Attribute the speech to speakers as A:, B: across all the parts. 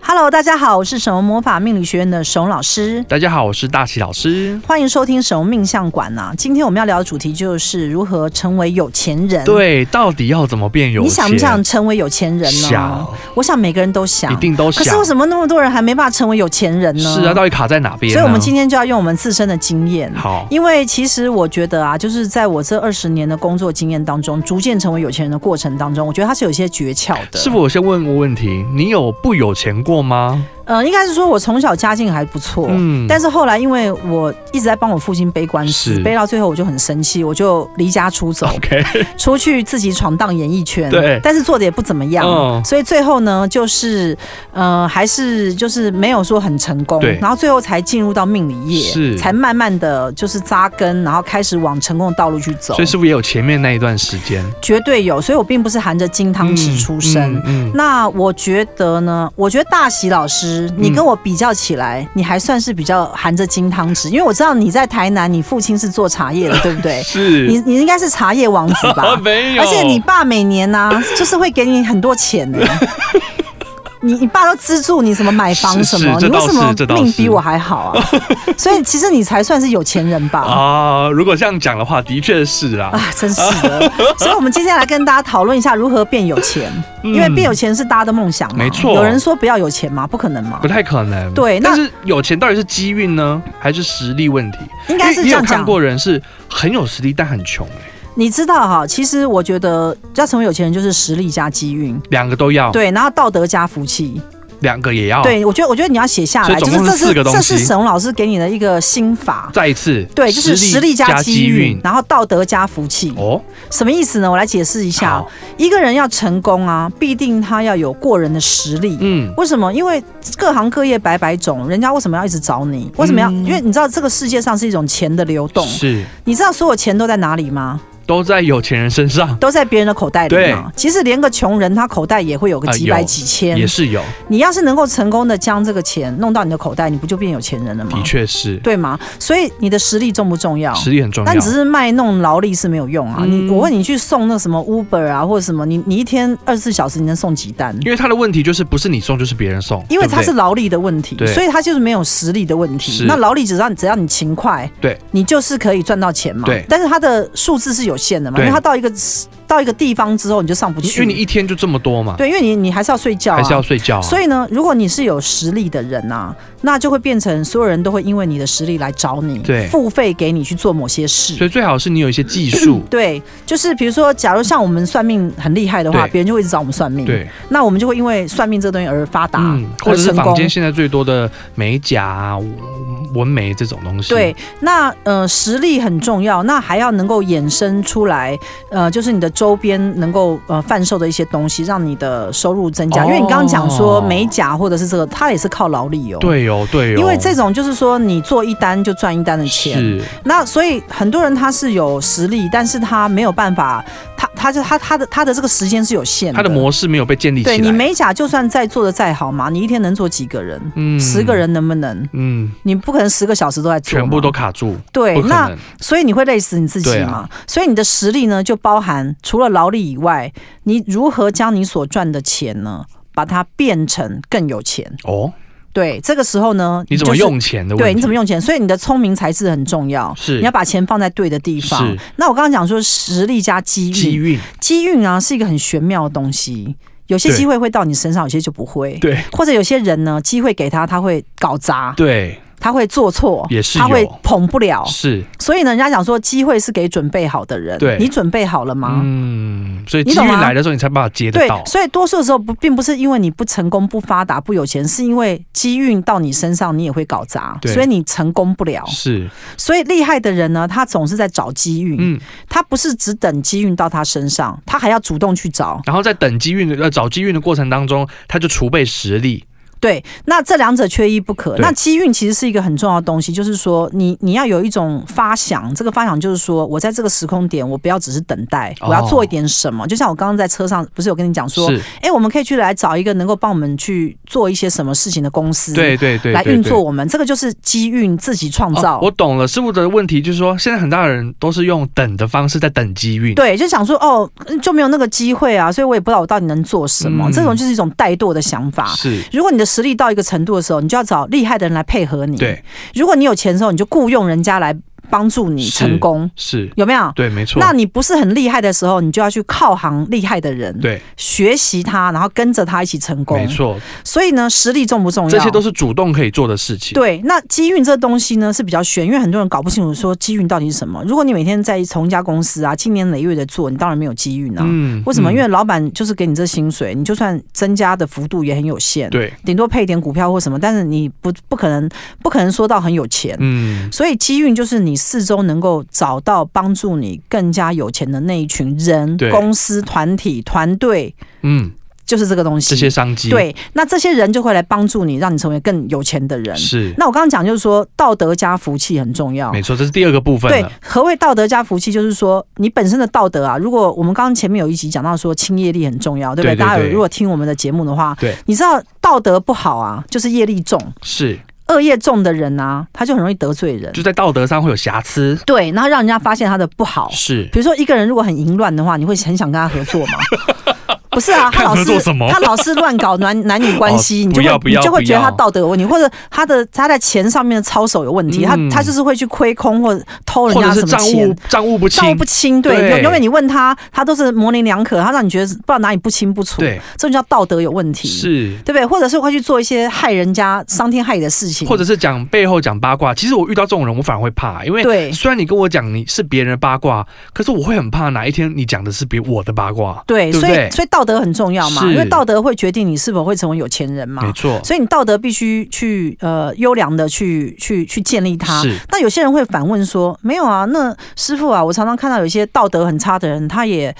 A: Hello，大家好，我是沈荣魔法命理学院的沈荣老师。
B: 大家好，我是大喜老师。
A: 欢迎收听沈荣命相馆呐、今天我们要聊的主题就是如何成为有钱人。，
B: 对，到底要怎么变有钱？
A: 你想不想成为有钱人呢？
B: 想
A: 我想每个人都想，
B: 一定都
A: 可
B: 想。
A: 是为什么那么多人还没办法成为有钱人呢？
B: 是啊，到底卡在哪边呢？
A: 所以我们今
B: 天
A: 天就要用我们自身的经验。
B: 好，
A: 因为其实我觉得啊，就是在我这二十年的工作经验当中，逐渐成为有钱人的过程当中，我觉得它是有一些诀窍的。
B: 师傅，我先问个问题，你有不有钱过吗？
A: 呃，应该是说我从小家境还不错，
B: 嗯
A: 但是后来因为我一直在帮我父亲背官司，
B: 是
A: 背到最后我就很生气，我就离家出走，
B: OK，
A: 出去自己闯荡演艺圈，
B: 对
A: 但是做的也不怎么样，
B: 嗯
A: 所以最后呢，就是呃，还是就是没有说很成功
B: 对，
A: 然后最后才进入到命理业，
B: 是
A: 才慢慢的就是扎根，然后开始往成功的道路去走
B: 所以，师傅也有前面那一段时 间
A: 绝对有，所以我并不是含着金汤匙出生。
B: 嗯嗯嗯
A: 那我觉得呢，我觉得大喜老师，你
B: 嗯
A: 跟我比较起来，你还算是比较含着金汤匙，因为我知道你在台南，你父亲是做茶叶的，对不对？
B: 是
A: 你你应该是茶叶王子吧？
B: 啊 没有，
A: 而且你爸每年 呢、就是会给你很多钱呢、你你爸都资助你什么买房什么，
B: 是是
A: 你为什么
B: 这倒是
A: 命比我还好 啊？所以其实你才算是有钱人吧？
B: 啊，如果这样讲的话，的确是
A: 啊
B: 啦。，
A: 真是的。所以，我们接下来跟大家讨论一下如何变有钱，因为变有钱是大家的梦想嘛。
B: 嗯没错
A: 有人说不要有钱吗？不可能嘛
B: 不。太可能，
A: 对那
B: 但是有钱到底是机运呢，还是实力问题？
A: 应该是
B: 因为
A: 这
B: 也有
A: 样
B: 看
A: 讲。
B: 过人是很有实力但很穷，哎
A: 你知道哈，其实我觉得要成为有钱人就是实力加机运，
B: 两个都要，
A: 对，然后道德加福气。
B: 两个也要。，
A: 对，我觉得我觉得你要写下
B: 哦所
A: 来，
B: 以
A: 就
B: 总
A: 是这
B: 共是四
A: 是
B: 个东
A: 这是
B: 西
A: 沈老师给你的一个心法。
B: 再一次，
A: 对，就是实力加机运，然后道德加福气，
B: 哦，
A: 什么意思呢？我来解释一下
B: 好，
A: 一个人要成功啊，必定他要有过人的实力。
B: 嗯，
A: 为什么？因为各行各业百百种，人家为什么要一直找你？为什么要？因为你知道这个世界上是一种钱的流动，
B: 嗯是
A: 你知道所有钱都在哪里吗？
B: 都在有钱人身上，
A: 都在别人的口袋里嘛。其实连个穷人，他口袋也会有个
B: 啊
A: 几百
B: 有
A: 几千。
B: 也是有，
A: 你要是能够成功的将这个钱弄到你的口袋，你不就变有钱人了吗
B: 的？确是，
A: 对吗？所以你的实力重不重要？
B: 实力很重要
A: 但。只是卖弄劳力是没有用啊！
B: 嗯
A: 你我问你去送那什么 Uber 啊，或者什么，你你一天二十四小时你能送几单？
B: 因为他的问题就是不是你送就是别人送，
A: 因为
B: 对不
A: 它
B: 对
A: 是劳力的问题，
B: 对
A: 所以它就是没有实力的问题。
B: 是
A: 那劳力只要只要你勤快，
B: 对，
A: 你就是可以赚到钱嘛。
B: 对
A: 但是它的数字是有限的嘛，因
B: 对
A: 为它到一个到一个地方之后你就上不
B: 因
A: 去，
B: 为你一天就这么多嘛，
A: 对，因为你你还是要睡觉、啊，
B: 还是要睡觉啊，
A: 所以呢，如果你是有实力的人啊，那就会变成所有人都会因为你的实力来找你，
B: 对
A: 付费给你去做某些事。，
B: 所以最好是你有一些技术
A: 对，就是比如说，假如像我们算命很厉害的话，
B: 对
A: 别人就会一直找我们算命。，
B: 对，嗯
A: 那我们就会因为算命这东西而发达，
B: 或
A: 而
B: 者是
A: 啊成
B: 房
A: 功。
B: 间现在最多的美甲啊、纹眉这种东西，
A: 对，，那呃，实力很重要，那还要能够衍生出来，呃，就是你的周边能够呃贩售的一些东西，让你的收入增加。因为你刚刚讲说
B: 哦
A: 美甲或者是这个，它也是靠劳力哦。。
B: 对哦，对哦，
A: 因为这种就是说，你做一单就赚一单的钱，
B: 是
A: 那所以很多人他是有实力，但是他没有办法，他他就他他的他的这个时间是有限的，
B: 它的模式没有被建立起来，
A: 对你美甲就算再做的再好嘛，你一天能做几个人？
B: 嗯
A: 十个，人能不能？
B: 嗯，
A: 你不可能十个小时都在做嘛，
B: 全部都卡住，
A: 对
B: 不。可
A: 那
B: 能，
A: 所以你会累死你自己
B: 对啊
A: 嘛？所以你的实力呢，就包含除了劳力以外，你如何将你所赚的钱呢，把它变成更有钱？
B: 哦，
A: 对，这个时候呢，
B: 你怎么
A: 就是
B: 用钱的问题？
A: 对，你怎么用钱？所以你的聪明才智很重要，
B: 是
A: 你要把钱放在对的地方
B: 是。
A: 那我刚刚讲说实力加机
B: 机
A: 遇，
B: 运？
A: 机遇啊是一个很玄妙的东西，有些
B: 对
A: 机会会到你身上，有些就不会。
B: 对
A: 或者有些人呢，机会给他，他会搞砸，
B: 对，
A: 他会做错，
B: 也是
A: 他会
B: 有
A: 捧不了。
B: 是，
A: 所以呢，人家讲说，机会是给准备好的人。
B: 对
A: 你准备好了吗？
B: 嗯，所以
A: 你
B: 机
A: 懂
B: 遇
A: 吗
B: 来的时候，你才把它接得
A: 对
B: 到，。
A: 所以多数的时候不，并不是因为你不成功、不发达、不有钱，是因为机运到你身上，你也会搞砸，
B: 对
A: 所以你成功不了。
B: 是，
A: 所以厉害的人呢，他总是在找机运，
B: 嗯，
A: 他不是只等机运到他身上，他还要主动去找。
B: 然后在等机运的呃找机运的过程当中，他就储备实力，
A: 对，那这两者缺一不可。
B: 对
A: 那机运其实是一个很重要的东西，就是说你你要有一种发想，这个发想就是说我在这个时空点，我不要只是等待，
B: 哦
A: 我要做一点什么。就像我刚刚在车上不是有跟你讲说，
B: 是，
A: 哎、我们可以去来找一个能够帮我们去做一些什么事情的公司，
B: 对对对，
A: 嗯来
B: 对
A: 运
B: 对
A: 作我们，这个就是机运自己创
B: 哦
A: 造。
B: 我懂了，师傅的问题就是说，现在很大的人都是用等的方式在等机运。
A: 对，就想说哦，嗯就没有那个机会啊，所以我也不知道我到底能做什么。
B: 嗯
A: 这种就是一种怠惰的想法。
B: 是，
A: 如果你的实力到一个程度的时候，你就要找厉害的人来配合你。
B: 对，
A: 如果你有钱的时候，你就雇佣人家来帮助你
B: 是
A: 成功，
B: 是，
A: 有没有？
B: 对，没错。
A: 那你不是很厉害的时候，你就要去靠行厉害的人，
B: 对，
A: 学习他，然后跟着他一起成功。
B: 没。错，
A: 所以呢，实力重不重要？
B: 这些都是主动可以做的事情。
A: 对，那机运这东西呢是比较悬，因为很多人搞不清楚说机运到底是什么。如果你每天在同一家公司啊，经年累月的做，你当然没有机运啊。
B: 嗯
A: 为什么？
B: 嗯
A: 因为老板就是给你这薪水，你就算增加的幅度也很有限，
B: 对，
A: 顶多配一点股票或什么，但是你不不可能不可能说到很有钱。
B: 嗯，
A: 所以机运就是你四周能够找到帮助你更加有钱的那一群人、
B: 对
A: 公司、团体、团队，
B: 嗯，
A: 就是这个东西。
B: 这些商机，，
A: 对，那这些人就会来帮助你，让你成为更有钱的人。
B: 是，
A: 那我刚刚讲就是说，道德加福气很重要。
B: 没错，这是第二个部分
A: 对
B: 了。，
A: 何谓道德加福气？就是说，你本身的道德啊，如果我们刚刚前面有一集讲到说，清业力很重要，对不对？
B: 对对
A: 大家有
B: 对
A: 如果听我们的节目的话，
B: 对，
A: 你知道道德不好啊，就是业力重，
B: 是，
A: 恶业重的人啊，他就很容易得罪人
B: 就，在道德上会有瑕疵。
A: 对，然后让人家发现他的不好。
B: 是，
A: 比如说，一个人如果很淫乱的话，你会很想跟他合 作吗？不是啊，他
B: 看
A: 老
B: 合作
A: 是
B: 什么
A: 他老是乱搞 男男女关系，
B: 哦
A: 你就
B: 不要
A: 会
B: 不
A: 你
B: 要
A: 就会觉得他
B: 不要
A: 道德有问题，或者他的他在钱上面的操守有问题，
B: 嗯
A: 他他就是会去亏空或者偷人
B: 或
A: 家
B: 者是
A: 什么
B: 账
A: 钱
B: 务。账务不
A: 账
B: 清
A: 不。清，对，
B: 对
A: 永永远你问他，他都是模棱两可，他让你觉得不知道哪里不清不楚，
B: 对，
A: 这就叫道德有问题，，
B: 是。
A: 对不对？或者是会去做一些害人家、伤天害理的事情，
B: 或者是讲背后讲八卦，其实我遇到这种人，我反而会怕，因为
A: 对
B: 虽然你跟我讲你是别人的八卦，可是我会很怕哪一天你讲的是别我的八卦。
A: 对，
B: 对不
A: 所以
B: 对
A: 所以道德很重要嘛，
B: 是
A: 因为道德会决定你是否会成为有钱人嘛
B: 没，错，
A: 所以你道德必须去呃优良的去去去建立它。
B: 是
A: 那有些人会反问说：“没有啊，那师傅啊，我常常看到有一些道德很差的人，他也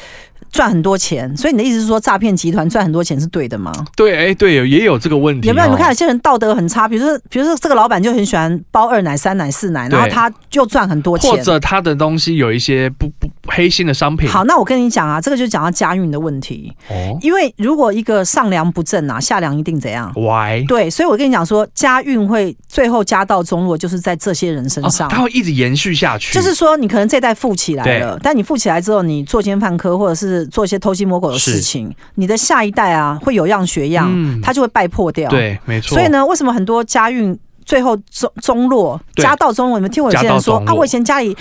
A: 赚很多钱。所以你的意思是说，诈骗集团赚很多钱是对的吗？
B: 对，哎，对，有也有这个问题。
A: 有没有？你们
B: 哦
A: 看有些人道德很差，比如说，比如说这个老板就很喜欢包二奶、三奶、四奶，然后
B: 对
A: 他就赚很多钱
B: 或。者他的东西有一些不不不黑心的商品。
A: 好，那我跟你讲啊，这个就讲到家运的问题，
B: 哦
A: 因为如果一个上梁不正啊，下梁一定怎样？
B: ，why？
A: 对，所以我跟你讲说，家运会最后家道中落，就是在这些人身
B: 哦，
A: 上。
B: 他会一直延续下去。
A: 就是说，你可能这代富起来了，但你富起来之后，你作奸犯科或者是做一些偷鸡摸狗的事
B: 是
A: 情，你的下一代啊会有样学样，
B: 嗯
A: 他就会败破掉。，
B: 对，没错。
A: 所以，呢，为什么很多家运最后中中落，
B: 对
A: 家道中落？你们听过有些
B: 家
A: 人
B: 道
A: 说
B: 中
A: 啊，
B: 落
A: 我以前家里。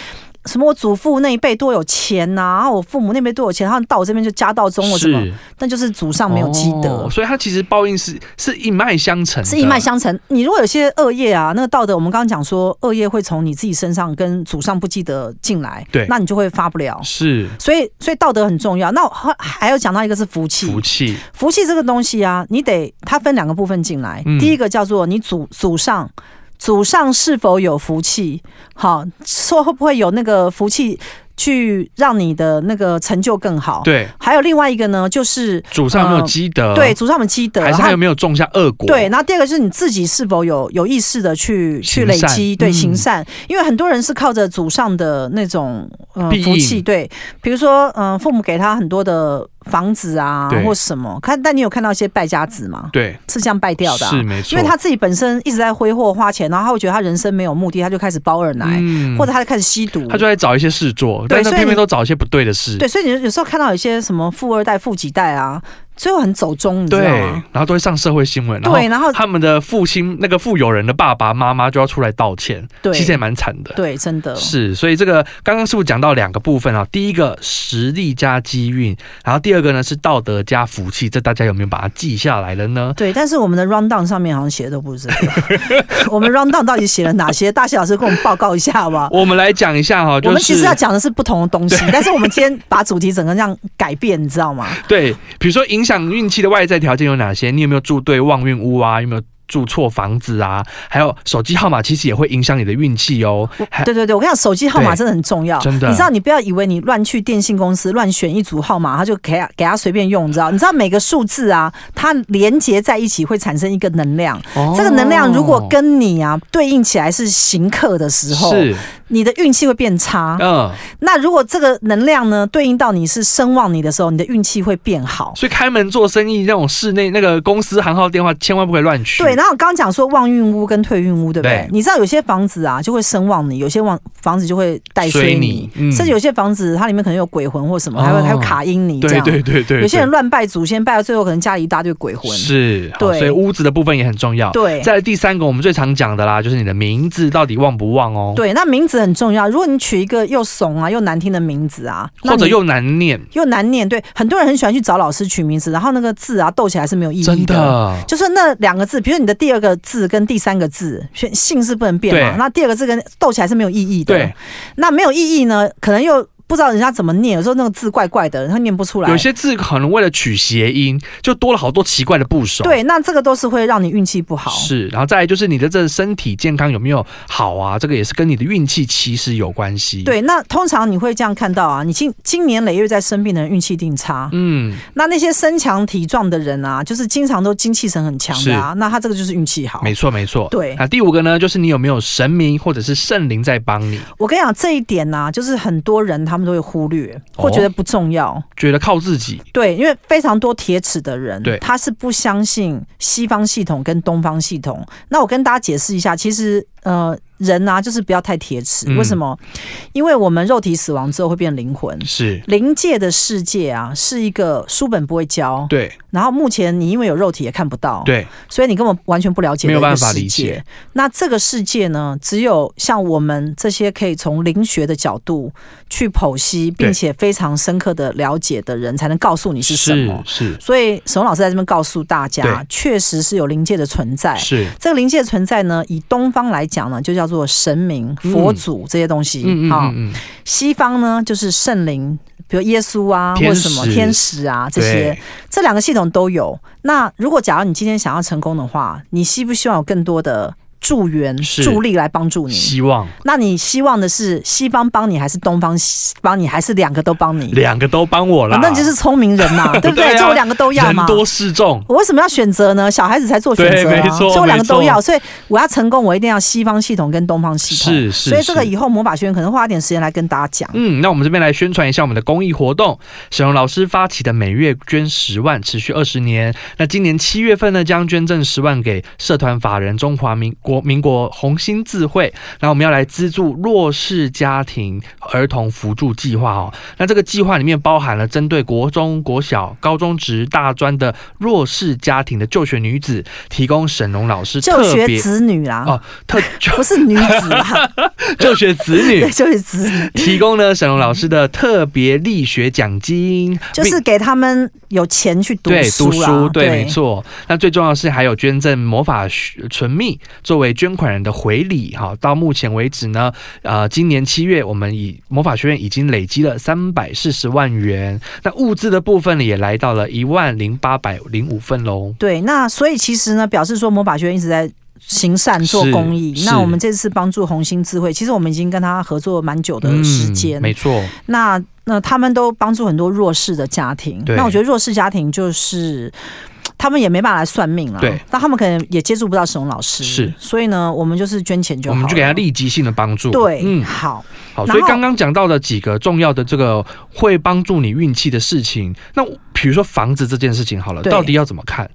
A: 什么？我祖父那一辈多有钱呐、啊，我父母那辈多有钱，他们到我这边就家道中落，什么？
B: 是
A: 那就是祖上没有积德。
B: 哦所以他其实报应是是一脉相承的，
A: 是一脉相承。你如果有些恶业啊，那个道德，我们刚刚讲说，恶业会从你自己身上跟祖上不积德进来，
B: 对
A: 那你就会发不了。
B: 是
A: 所以，所以道德很重要。那我还还有讲到一个是福气，
B: 福气，
A: 福气这个东西啊，你得它分两个部分进来。
B: 嗯
A: 第一个叫做你祖祖上，祖上是否有福气？好，说会不会有那个福气去让你的那个成就更好？。
B: 对，
A: 还有另外一个呢，就是
B: 祖上有没有
A: 呃
B: 积德，
A: 对，祖上的积德，
B: 还是
A: 还
B: 他有没有种下恶果？
A: 对，，然后第二个就是你自己是否有有意识的去去
B: 行
A: 累
B: 善
A: 积对
B: 嗯
A: 行善，因为很多人是靠着祖上的那种呃
B: 庇
A: 福气，
B: 应
A: 对，比如说嗯、呃父母给他很多的房子啊
B: 对
A: 或什么，看但你有看到一些败家子吗？
B: 对，
A: 是这样败掉的啊、
B: 是没
A: 因
B: 错，
A: 为他自己本身一直在挥霍花钱，然后他会觉得他人生没有目的，他就开始包二奶，
B: 嗯
A: 或者他就开始吸毒，
B: 他就在找一些事做，
A: 对
B: 但是
A: 所以
B: 偏
A: 你
B: 偏都找一些不对的事，
A: 对，所以你有时候看到有些什么富二代、富几代啊，最后很走中，你知
B: 对，
A: 道吗？
B: 然后都会上社会新闻，然后
A: 对，然后
B: 他们的父亲那个富有人的爸爸妈妈就要出来道歉，
A: 对
B: 其实也蛮惨的。
A: 对，真的
B: 是，所以这个刚刚师傅讲到两个部分啊，第一个实力加机运，然后第二个呢是道德加福气，这大家有没有把它记下来了呢？
A: 对，但是我们的 round down 上面好像写的都不是这个。 我们 round down 到底写了哪些？大学老师跟我们报告一下好不好？
B: 我们来讲一下哈、
A: 我
B: 就
A: 们其
B: 是
A: 实要讲的是不同的东西，但是我们今天把主题整个这样改变，你知道吗？
B: 对，比如说影响运气的外在条件有哪些？你有没有住对旺运屋啊？有没有住错房子啊，还有手机号码其实也会影响你的运气哦。还
A: 对对对，我跟你讲，手机号码真的很重要。
B: 真的
A: 你知道，你不要以为你乱去电信公司乱选一组号码，他就给他给他随便用，你知道？你知道每个数字啊，它连接在一起会产生一个能量，
B: 哦
A: 这个能量如果跟你啊对应起来是行客的时候，
B: 哦是
A: 你的运气会变差。
B: 嗯，
A: 那如果这个能量呢对应到你是声望你的时候，你的运气会变好。
B: 所以开门做生意那种室内那个公司行号电话千万不可以乱取。
A: 对，然后我刚刚讲说旺运屋跟退运屋，对不对？
B: 对
A: 你知道有些房子啊就会生旺你，有些旺房子就会带
B: 衰
A: 衰
B: 你
A: 你，
B: 嗯
A: 甚至有些房子它里面可能有鬼魂或什么，还会、
B: 哦
A: 还有卡阴你这
B: 对
A: 样。
B: 对对对，
A: 有些人乱拜祖先，拜到最后可能家里一大堆鬼魂。
B: 是，啊好
A: 对
B: 所以屋子的部分也很重要。
A: 对
B: 再来第三个，我们最常讲的啦，就是你的名字到底旺不旺哦？，
A: 对，那名字很重要。如果你取一个又怂啊又难听的名字啊，那
B: 或者
A: 你
B: 又难念，
A: 又难念，对，很多人很喜欢去找老师取名字，然后那个字啊斗起来是没有意义
B: 真的。
A: 就是那两个字，比如你的第二个字跟第三个字，选姓氏不能变嘛
B: 对，
A: 那第二个字跟斗起来是没有意义的。
B: 对，
A: 那没有意义呢，可能又不知道人家怎么念，有时候那个字怪怪的，他念不出来。
B: 有些字可能为了取谐音，就多了好多奇怪的部首。，
A: 对，那这个都是会让你运气不好。
B: 是。然后再来就是你的这身体健康有没有好啊？这个也是跟你的运气其实有关系。，
A: 对，那通常你会这样看到啊，你今今年累月在生病的人运气一定差。
B: 嗯，
A: 那那些身强体壮的人啊，就是经常都精气神很强的啊，那他这个就是运气好。
B: 没错没错。
A: 对
B: 那第五个呢，就是你有没有神明或者是圣灵在帮你？
A: 我跟你讲这一点呢、就是很多人他们都会忽略，
B: 哦
A: 或觉得不重要。
B: 觉得靠自己，
A: 对，因为非常多铁齿的人，
B: 对
A: 他是不相信西方系统跟东方系统。那我跟大家解释一下，其实呃，人啊，就是不要太铁齿。
B: 嗯
A: 为什么？因为我们肉体死亡之后会变灵魂。
B: 是
A: 灵界的世界啊，是一个书本不会教，
B: 对
A: 然后目前你因为有肉体也看不到，，
B: 对，
A: 所以你根本完全不了解
B: 没有
A: 这个
B: 办法
A: 世
B: 理
A: 界
B: 解。
A: 那这个世界呢，只有像我们这些可以从灵学的角度去剖析，
B: 对
A: 并且非常深刻的了解的人，才能告诉你是什么。
B: 是
A: 所以，沈老师在这边告诉大家
B: 对，
A: 确实是有灵界的存在。
B: 是，
A: 这个灵界的存在呢，以东方来讲呢，就叫做神明、
B: 嗯
A: 佛祖这些东西
B: 嗯嗯
A: 啊、
B: 嗯嗯，
A: 西方呢，就是圣灵，比如耶稣啊，或
B: 天
A: 者
B: 使
A: 什么天使啊这些。
B: 对
A: 这两个系统都有。那如果假如你今天想要成功的话，你希不希望有更多的助缘、
B: 是
A: 助力来帮助你？
B: 希望
A: 那你希望的是西方帮你，还是东方帮你，还是两个都帮你？
B: 两个都帮我啦
A: 反，正啊就是聪明人嘛，对不对？
B: 对啊
A: 就我两个都要
B: 人
A: 嘛。
B: 多势众，
A: 我为什么要选择呢？小孩子才做选择、
B: 对没
A: 啊，
B: 错
A: 所以我两个都
B: 没
A: 要。所以我要成功，我一定要西方系统跟东方系统。
B: 是是
A: 所以这个
B: 是
A: 以后魔法学院可能花点时间来跟大家讲。
B: 嗯，那我们这边来宣传一下我们的公益活动，沈荣老师发起的每月捐十万，持续二十年。那今年七月份呢，将捐赠十万给社团法人中华民国民国红星智慧。那我们要来资助弱势家庭儿童扶助计划哦。那这个计划里面包含了针对国中、国小、高中职、大专的弱势家庭的就学女子，提供沈荣老师
A: 就
B: 特
A: 学
B: 别
A: 子女啦，
B: 哦特就
A: 不是女子啦，
B: 就学子女
A: 对，。 就是子 女。
B: 提供呢沈荣老师的特别力学奖金，
A: 就是给他们有钱去读
B: 对
A: 书啊
B: 读
A: 啦，
B: 书，对，没。错。那最重要的是还有捐赠魔法学唇蜜作为捐款人的回礼哈。到目前为止呢，呃，今年七月我们以魔法学院已经累积了三百四十万元，那物资的部分呢也来到了一万零八百零五份喽。
A: 对，那所以其实呢，表示说魔法学院一直在。行善做
B: 是
A: 公益，
B: 是
A: 那我们这次帮助红星智慧，其实我们已经跟他合作蛮久的时间。
B: 嗯没错，
A: 那那他们都帮助很多弱势的家庭。
B: 对
A: 那我觉得弱势家庭就是他们也没办法来算命啦，
B: 对，
A: 那他们可能也接触不到沈龙老师，
B: 是
A: 所以呢，我们就是捐钱就
B: 我
A: 好了，
B: 们就给他立即性的帮助。
A: 对，
B: 嗯，
A: 好，
B: 好，
A: 然
B: 所以
A: 后
B: 刚刚讲到的几个重要的这个会帮助你运气的事情，那比如说房子这件事情好了，
A: 对
B: 到底要怎么看？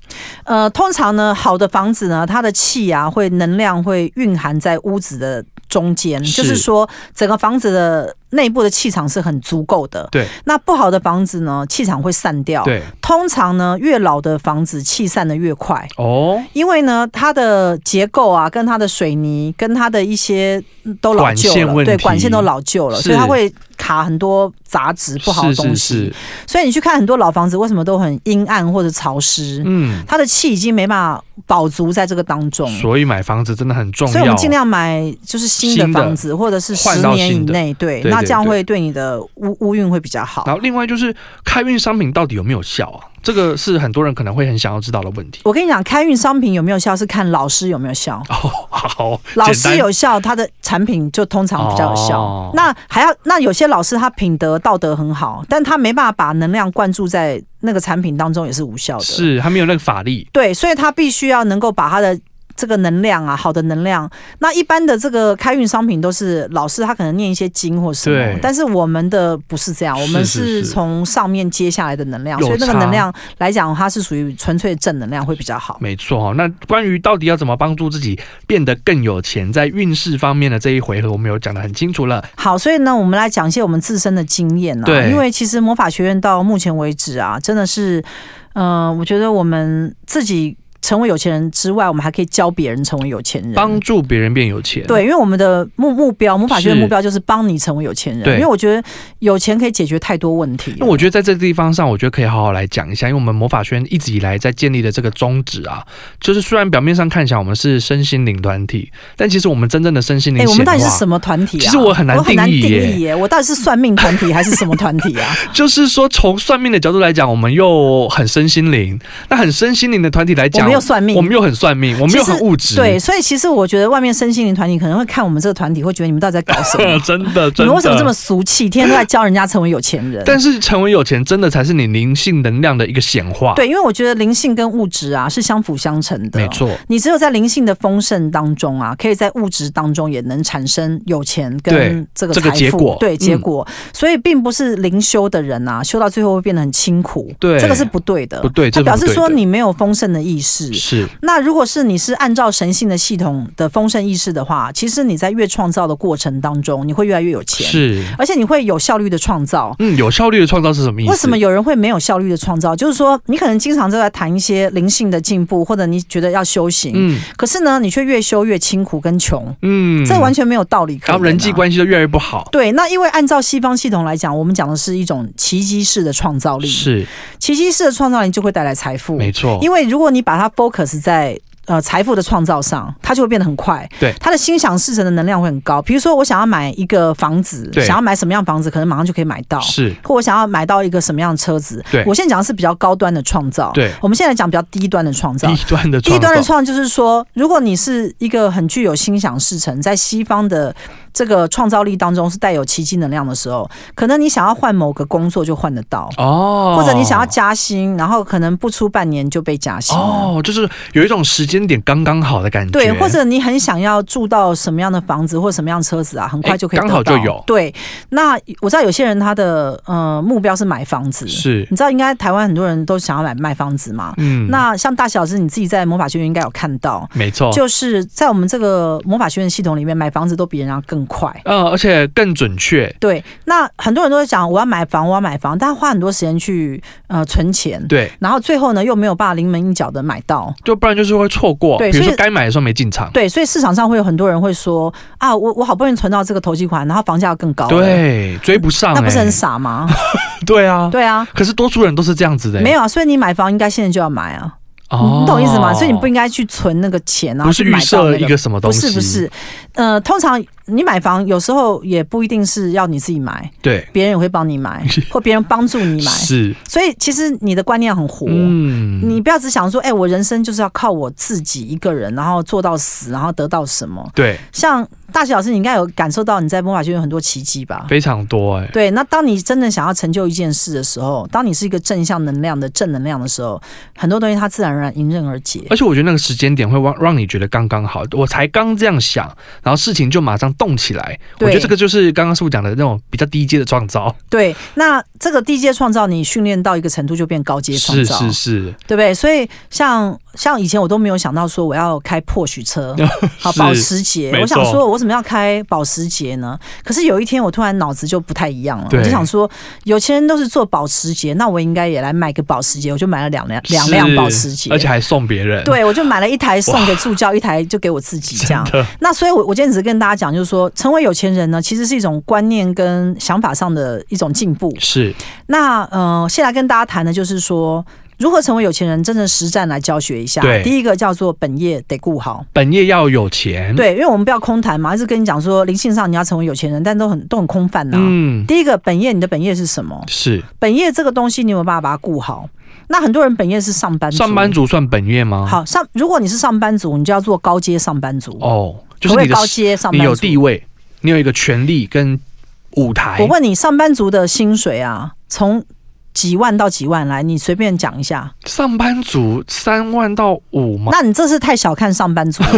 A: 呃，通常呢，好的房子呢，它的气啊，会能量会蕴含在屋子的中间，
B: 是
A: 就是说整个房子的内部的气场是很足够的。
B: 对。
A: 那不好的房子呢，气场会散掉。。
B: 对，
A: 通常呢，越老的房子气散的越快，
B: 哦，
A: 因为呢，它的结构啊，跟它的水泥，跟它的一些嗯都老旧
B: 管线
A: 了，
B: 问题
A: 对，管线都老旧了，
B: 是
A: 所以它会卡很多杂质不好的东西。
B: 是是是，
A: 所以你去看很多老房子，为什么都很阴暗或者潮湿？
B: 嗯，
A: 他的气已经没办法饱足在这个当中，
B: 所以买房子真的很重要，
A: 所以我们尽量买就是新的
B: 新的
A: 房子，或者是十
B: 换到
A: 年以
B: 新的
A: 内，对，
B: 对
A: 那
B: 对
A: 这样
B: 对
A: 会对你的屋屋运会比较好
B: 然。后另外就是开运商品到底有没有效啊？这个是很多人可能会很想要知道的问题。
A: 我跟你讲，开运商品有没有效是看老师有没有效。
B: 哦，好，
A: 老
B: 简单
A: 师有效，他的产品就通常比较有效。
B: 哦
A: 那还要那有些老师他品德道德很好，但他没办法把能量灌注在那个产品当中，也是无效的。
B: 是他没有那个法力，
A: 对，所以他必须要能够把他的这个能量啊，好的能量。那一般的这个开运商品都是老师他可能念一些经或什么
B: 对，
A: 但是我们的不是这样，我们
B: 是是
A: 是
B: 是
A: 从上面接下来的能量，
B: 有
A: 所以那个
B: 差
A: 能量来讲，它是属于纯粹正能量会比较好。
B: 没错哦。那关于到底要怎么帮助自己变得更有钱，在运势方面的这一回合，我们有讲得很清楚了。
A: 好，所以呢，我们来讲一些我们自身的经验啊。
B: 对
A: 因为其实魔法学院到目前为止啊，真的是，呃，我觉得我们自己成为有钱人之外，我们还可以教别人成为有钱人。
B: 帮助别人变有钱，
A: 对，因为我们的目目标，魔法学院
B: 是
A: 目标就是帮你成为有钱人。
B: 对
A: 因为我觉得有钱可以解决太多问题了。
B: 那我觉得在这个地方上，我觉得可以好好来讲一下，因为我们魔法学院一直以来在建立的这个宗旨啊，就是虽然表面上看起来我们是身心灵团体，但其实我们真正的身心灵
A: 哎、
B: 显化，
A: 我们到底是什么团体啊？
B: 其实我很难
A: 我很难
B: 定义
A: 定
B: 耶
A: 义耶。我到底是算命团体还是什么团体啊？
B: 就是说从算命的角度来讲，我们又很身心灵；那很身心灵的团体来
A: 我
B: 讲，
A: 们又算命
B: 我。们又很算命，我们又很物质，
A: 对，所以其实我觉得外面身心灵团体可能会看我们这个团体，会觉得你们到底在搞什么？
B: 呃 真的
A: 你
B: 真
A: 们
B: 的。
A: 为什么这么俗气？天天都在教人家成为有钱人。
B: 但是成为有钱，真的才是你灵性能量的一个显化。，
A: 对，因为我觉得灵性跟物质啊是相辅相成的。
B: 没。错，
A: 你只有在灵性的丰盛当中啊，可以在物质当中也能产生有钱跟
B: 对
A: 这个
B: 这个
A: 财
B: 结
A: 富
B: 果
A: 对
B: 嗯
A: 结果。所以并不是灵修的人啊，修到最后会变得很清苦，
B: 对
A: 这个是不对的。
B: 不对，
A: 它
B: 这
A: 表
B: 不
A: 示
B: 对
A: 说
B: 的
A: 你没有丰盛的意识。
B: 是
A: 那如果是你是按照神性的系统的丰盛意识的话，其实你在越创造的过程当中，你会越来越有钱，
B: 是，
A: 而且你会有效率的创造。
B: 嗯，有效率的创造是什么意思？
A: 为什么有人会没有效率的创造？就是说，你可能经常都在谈一些灵性的进步，或者你觉得要修行，
B: 嗯
A: 可是呢，你却越修越清苦跟穷，
B: 嗯，
A: 这完全没有道理可言、
B: 然
A: 啊。
B: 后人际关系就越来越不好。
A: 对，那因为按照西方系统来讲，我们讲的是一种奇迹式的创造力，
B: 是，
A: 奇迹式的创造力就会带来财富。
B: 没错，
A: 因为如果你把它 focus 在呃财富的创造上，它就会变得很快。
B: 对
A: 它的心想事成的能量会很高。比如说，我想要买一个房子，
B: 对
A: 想要买什么样的房子，可能马上就可以买到。
B: 是，
A: 或我想要买到一个什么样的车子。
B: 对
A: 我现在讲的是比较高端的创造。
B: 对
A: 我们现在讲比较低端的创造。
B: 低端的
A: 低
B: 创
A: 端的
B: 造，
A: 创就是说，如果你是一个很具有心想事成，在西方的这个创造力当中是带有奇迹能量的时候，可能你想要换某个工作就换得到，
B: 哦，
A: 或者你想要加薪，然后可能不出半年就被加薪了。
B: 哦，就是有一种时间点刚刚好的感觉，
A: 对，或者你很想要住到什么样的房子或什么样的车子啊，很快就可以
B: 哎
A: 得
B: 刚好
A: 到
B: 就有
A: 对，那我知道有些人他的呃目标是买房子，
B: 是，
A: 你知道应该台湾很多人都想要买卖房子嘛。
B: 嗯，
A: 那像大小子你自己在魔法学院应该有看到，
B: 没错，
A: 就是在我们这个魔法学院系统里面买房子都比人家更快。
B: 呃，而且更准确，
A: 对，那很多人都在讲我要买房，我要买房，但他花很多时间去呃存钱，
B: 对，
A: 然后最后呢又没有办法临门一脚的买到，
B: 就不然就是会错过，
A: 对
B: 比如
A: 所
B: 说
A: 以
B: 该买的时候没进场，
A: 对，所以市场上会有很多人会说啊，我我好不容易存到这个投机款，然后房价更高了，
B: 对，追不上，
A: 那不是很
B: 哎
A: 傻吗？
B: 对啊，
A: 对 啊，
B: 可是多数人都是这样子的，哎
A: 没，有啊，所以你买房应该现在就要买啊，
B: 哦
A: 你懂意思吗？所以你不应该去存那个钱啊，
B: 不是
A: 去买
B: 预
A: 到
B: 设
A: 那
B: 一个什么东
A: 不
B: 西，
A: 是不，是，呃，通常你买房有时候也不一定是要你自己买，
B: 对，
A: 别人也会帮你 买，或别人帮助你买，
B: 是，
A: 所以其实你的观念很活。
B: 嗯
A: 你不要只想说，哎、我人生就是要靠我自己一个人，然后做到死，然后得到什么？
B: 对，
A: 像大喜老师，你应该有感受到你在魔法学院有很多奇迹吧？
B: 非常多，哎，
A: 对，那当你真的想要成就一件事的时候，当你是一个正向能量的正能量的时候，很多东西它自然而然迎刃而解。
B: 而且我觉得那个时间点会让让你觉得刚刚好，我才刚这样想，然后事情就马上动起来。我
A: 对
B: 觉得这个就是刚刚师傅讲的那种比较低阶的创造，
A: 对，那这个低阶创造，你训练到一个程度就变高阶创
B: 是
A: 造，
B: 是是，
A: 对不对？所以像像以前我都没有想到说我要开破许车，好
B: 是
A: 保时捷，
B: 没
A: 我想
B: 错
A: 说我为什么要开保时捷呢？可是有一天我突然脑子就不太一样了，
B: 对
A: 我就想说有钱人都是做保时捷，那我应该也来买个保时捷，我就买了两辆两辆
B: 是
A: 保时捷，
B: 而且还送别人。，
A: 对，我就买了一台送给助教，一台就给我自己这样
B: 真的。
A: 那所以我，我今天只是跟大家讲，就是说，成为有钱人呢，其实是一种观念跟想法上的一种进步。
B: 是
A: 那呃，现在跟大家谈的就是说。如何成为有钱人？真正实战来教学一下。
B: 对
A: 第一个叫做本业得顾好。
B: 本业要有钱。，
A: 对，因为我们不要空谈嘛，一直跟你讲说灵性上你要成为有钱人，但都很都很空泛呐、
B: 嗯，
A: 第一个本业，你的本业是什么？
B: 是
A: 本业这个东西，你有没有办法把它顾好？那很多人本业是上班族，
B: 上班族算本业吗？，
A: 好上，如果你是上班族，你就要做高阶上班族。
B: 哦，就
A: 可
B: 是
A: 不可
B: 你
A: 以
B: 的
A: 高阶上
B: 你
A: 班
B: 有
A: 族？
B: 地位，你有一个权利跟舞台。
A: 我问你，上班族的薪水啊，从几万到几万来，你随便讲一下。
B: 上班族三万到五吗？
A: 那你这是太小看上班族 了。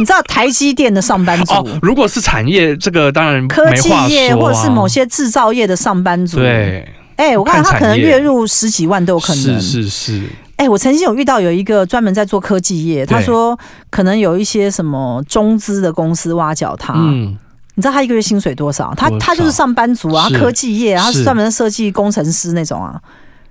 A: 你知道台积电的上班族、
B: 哦，如果是产业，这个当然
A: 科
B: 没
A: 技
B: 话
A: 业
B: 说
A: 或者
B: 啊
A: 是某些制造业的上班族，，
B: 对，
A: 哎、我看
B: 看
A: 他可
B: 产
A: 能
B: 业
A: 月入十几万都有可能
B: 是。是是，
A: 哎、我曾经有遇到有一个专门在做科技业，他
B: 对
A: 说可能有一些什么中资的公司挖角他，
B: 嗯，
A: 你知道他一个月薪水多少？他
B: 多少
A: 他就是上班族啊，
B: 是
A: 他科技业啊，他
B: 是
A: 是专门设计工程师那种啊，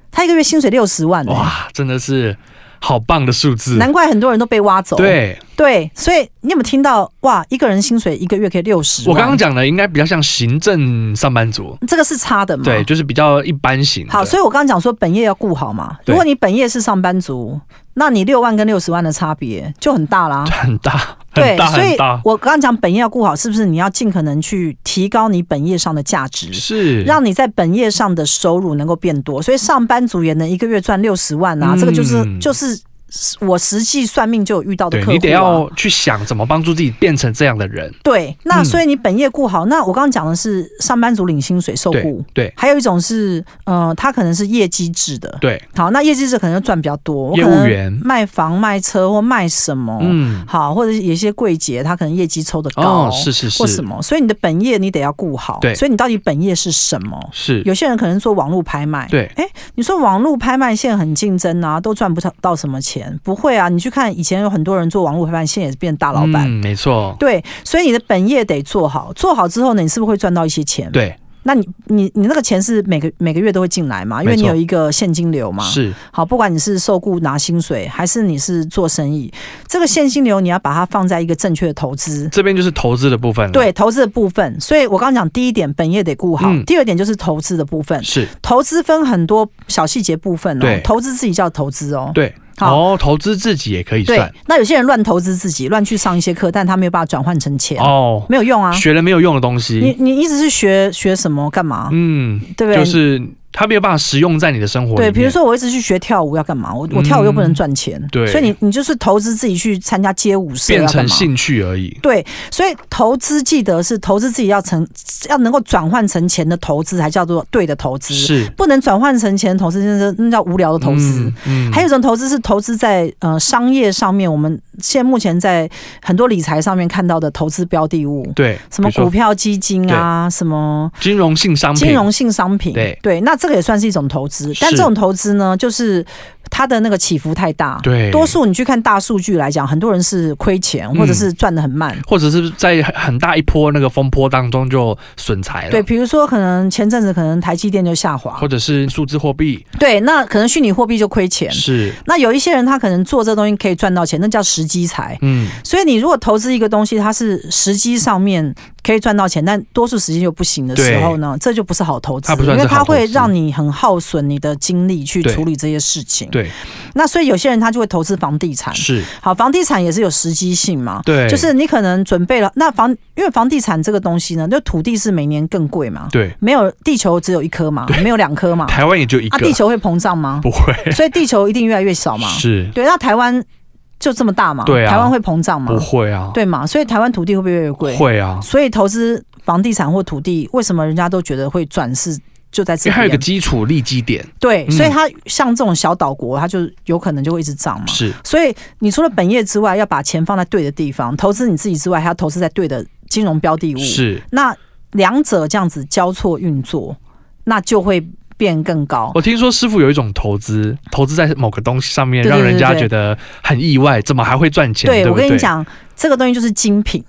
A: 他一个月薪水六十万、欸，
B: 哇，真的是好棒的数字，
A: 难怪很多人都被挖走。
B: 对
A: 对所以你有没有听到哇？一个人薪水一个月可以六十
B: 我
A: 万，
B: 刚刚讲的应该比较像行政上班族，
A: 这个是差的嘛？
B: 对，。就是比较一般型的。
A: 嗯好，所以我刚刚讲说本业要顾好嘛。
B: 对
A: 如果你本业是上班族，那你六万跟六十万的差别就很大啦。
B: 很大，
A: 对
B: 很大，，
A: 所以
B: 很大，
A: 我刚刚讲本业要顾好，是不是你要尽可能去提高你本业上的价值？
B: 是
A: 让你在本业上的收入能够变多，所以上班族也能一个月赚六十万啊，
B: 嗯
A: 这个就是就是我实际算命就有遇到的
B: 对
A: 客户、啊。
B: 你得要去想怎么帮助自己变成这样的人。
A: 对那
B: 嗯
A: 所以你本业顾好，那我刚刚讲的是上班族领薪水受
B: 对
A: 雇，
B: 对
A: 还有一种是呃，他可能是业绩制的。
B: 对，
A: 好，那业绩制可能就赚比较多，我
B: 业
A: 可
B: 务
A: 能
B: 员，
A: 卖房、卖车或卖什么，
B: 嗯，
A: 好，或者是有些柜姐她可能业绩抽的高，
B: 哦，是是
A: 或什
B: 是
A: 么，所以你的本业你得要顾好。
B: 对
A: 所以你到底本业是什么？
B: 是，
A: 有些人可能做网络拍卖，
B: 对，
A: 你说网络拍卖现在很竞争啊，都赚不到什么钱，不会啊？你去看以前有很多人做网络拍卖，现在也是变大老板。
B: 嗯没错，
A: 对，所以你的本业得做好，做好之后呢，你是不是会赚到一些钱？，
B: 对，
A: 那你你你那个钱是每个每个月都会进来嘛？因为
B: 没
A: 你
B: 错
A: 有一个现金流嘛。
B: 是
A: 好，不管你是受雇拿薪水，还是你是做生意，这个现金流你要把它放在一个正确的投资。
B: 这边就是投资的部分了，
A: 对投资的部分，所以我刚刚讲第一点，本业得顾好；
B: 嗯
A: 第二点就是投资的部分，
B: 是，
A: 投资分很多小细节部分哦
B: 对，
A: 投资自己叫投资哦。
B: 对，
A: 好
B: 哦，投资自己也可以
A: 对
B: 算，，
A: 那有些人乱投资自己，乱去上一些课，但他没有办法转换成钱，
B: 哦，
A: 没有用啊。
B: 学了没有用的东
A: 你
B: 西，
A: 你一直是学学什么干嘛？
B: 嗯，
A: 对不对？
B: 就是它没有办法实用在你的生活里
A: 对，
B: 面。嗯
A: 比如，说我一直去学跳舞要干嘛？我我跳舞又不能赚钱，
B: 对
A: 所以你你就是投资自己去参加街舞社要干
B: 变成
A: 嘛？
B: 兴趣而已。
A: 对，所以投资记得是投资自己要成要能够转换成钱的投资才叫做对的投资，
B: 是
A: 不能转换成钱的投资那是那叫无聊的投资。，
B: 嗯嗯
A: 还有一种投资是投资在呃商业上面，我们现在目前在很多理财上面看到的投资标的物，
B: 对
A: 什么
B: 比如说
A: 股票、基金啊，什么
B: 金融性商品，
A: 金融性商品，
B: 对
A: 那这个也算是一种投资。但
B: 是
A: 这种投资呢，就是它的那个起伏太大，
B: 对
A: 多数你去看大数据来讲，很多人是亏钱或者是赚的很慢。
B: 或者是在很很大一波那个风波当中就损财了，
A: 对，，比如说可能前阵子可能台积电就下滑
B: 或，者是数字货币
A: 对，那可能虚拟货币就亏钱。
B: 是，
A: 那有一些人他可能做这东西可以赚到钱，那叫时机财。
B: 嗯，
A: 所以你如果投资一个东西，它是时机上面可以赚到钱，但多数时间又不行的时候呢，这就不是好投资，
B: 它不
A: 因
B: 算是
A: 为它
B: 好投资
A: 会让你很耗损你的精力去
B: 对
A: 处理这些事情。
B: 对，
A: 那所以有些人他就会投资房地产。
B: 是，
A: 好，房地产也是有时机性嘛。
B: 对，
A: 啊就是你可能准备了，那房因为房地产这个东西呢，就土地是每年更贵嘛，
B: 对，
A: 没有地球只有一颗嘛，没有两颗嘛，
B: 台湾也就一
A: 啊，
B: 个，
A: 地球会膨胀吗？
B: 不会，
A: 所以地球一定越来越少嘛。
B: 是
A: 对，那台湾就这么大嘛，
B: 对啊
A: 台湾会膨胀嘛？
B: 不会啊，
A: 对嘛？所以台湾土地会不会越来越贵？。
B: 会啊，
A: 所以投资房地产或土地，为什么人家都觉得会转是就在
B: 因
A: 这
B: 为它有一个
A: 边？
B: 基础利基点，
A: 对，
B: 嗯
A: 所以它像这种小岛国，它就有可能就会一直涨嘛。
B: 是
A: 所以你除了本业之外，要把钱放在对的地方，投资你自己之外，还要投资在对的金融标的物。，
B: 是，
A: 那两者这样子交错运作，那就会变更高。
B: 我听说师傅有一种投资，投资在某个东西上面，
A: 对对
B: 让人家
A: 对对
B: 觉得很意外，怎么还会赚钱？对不
A: 我
B: 对，
A: 跟你讲，这个东西就是精 品。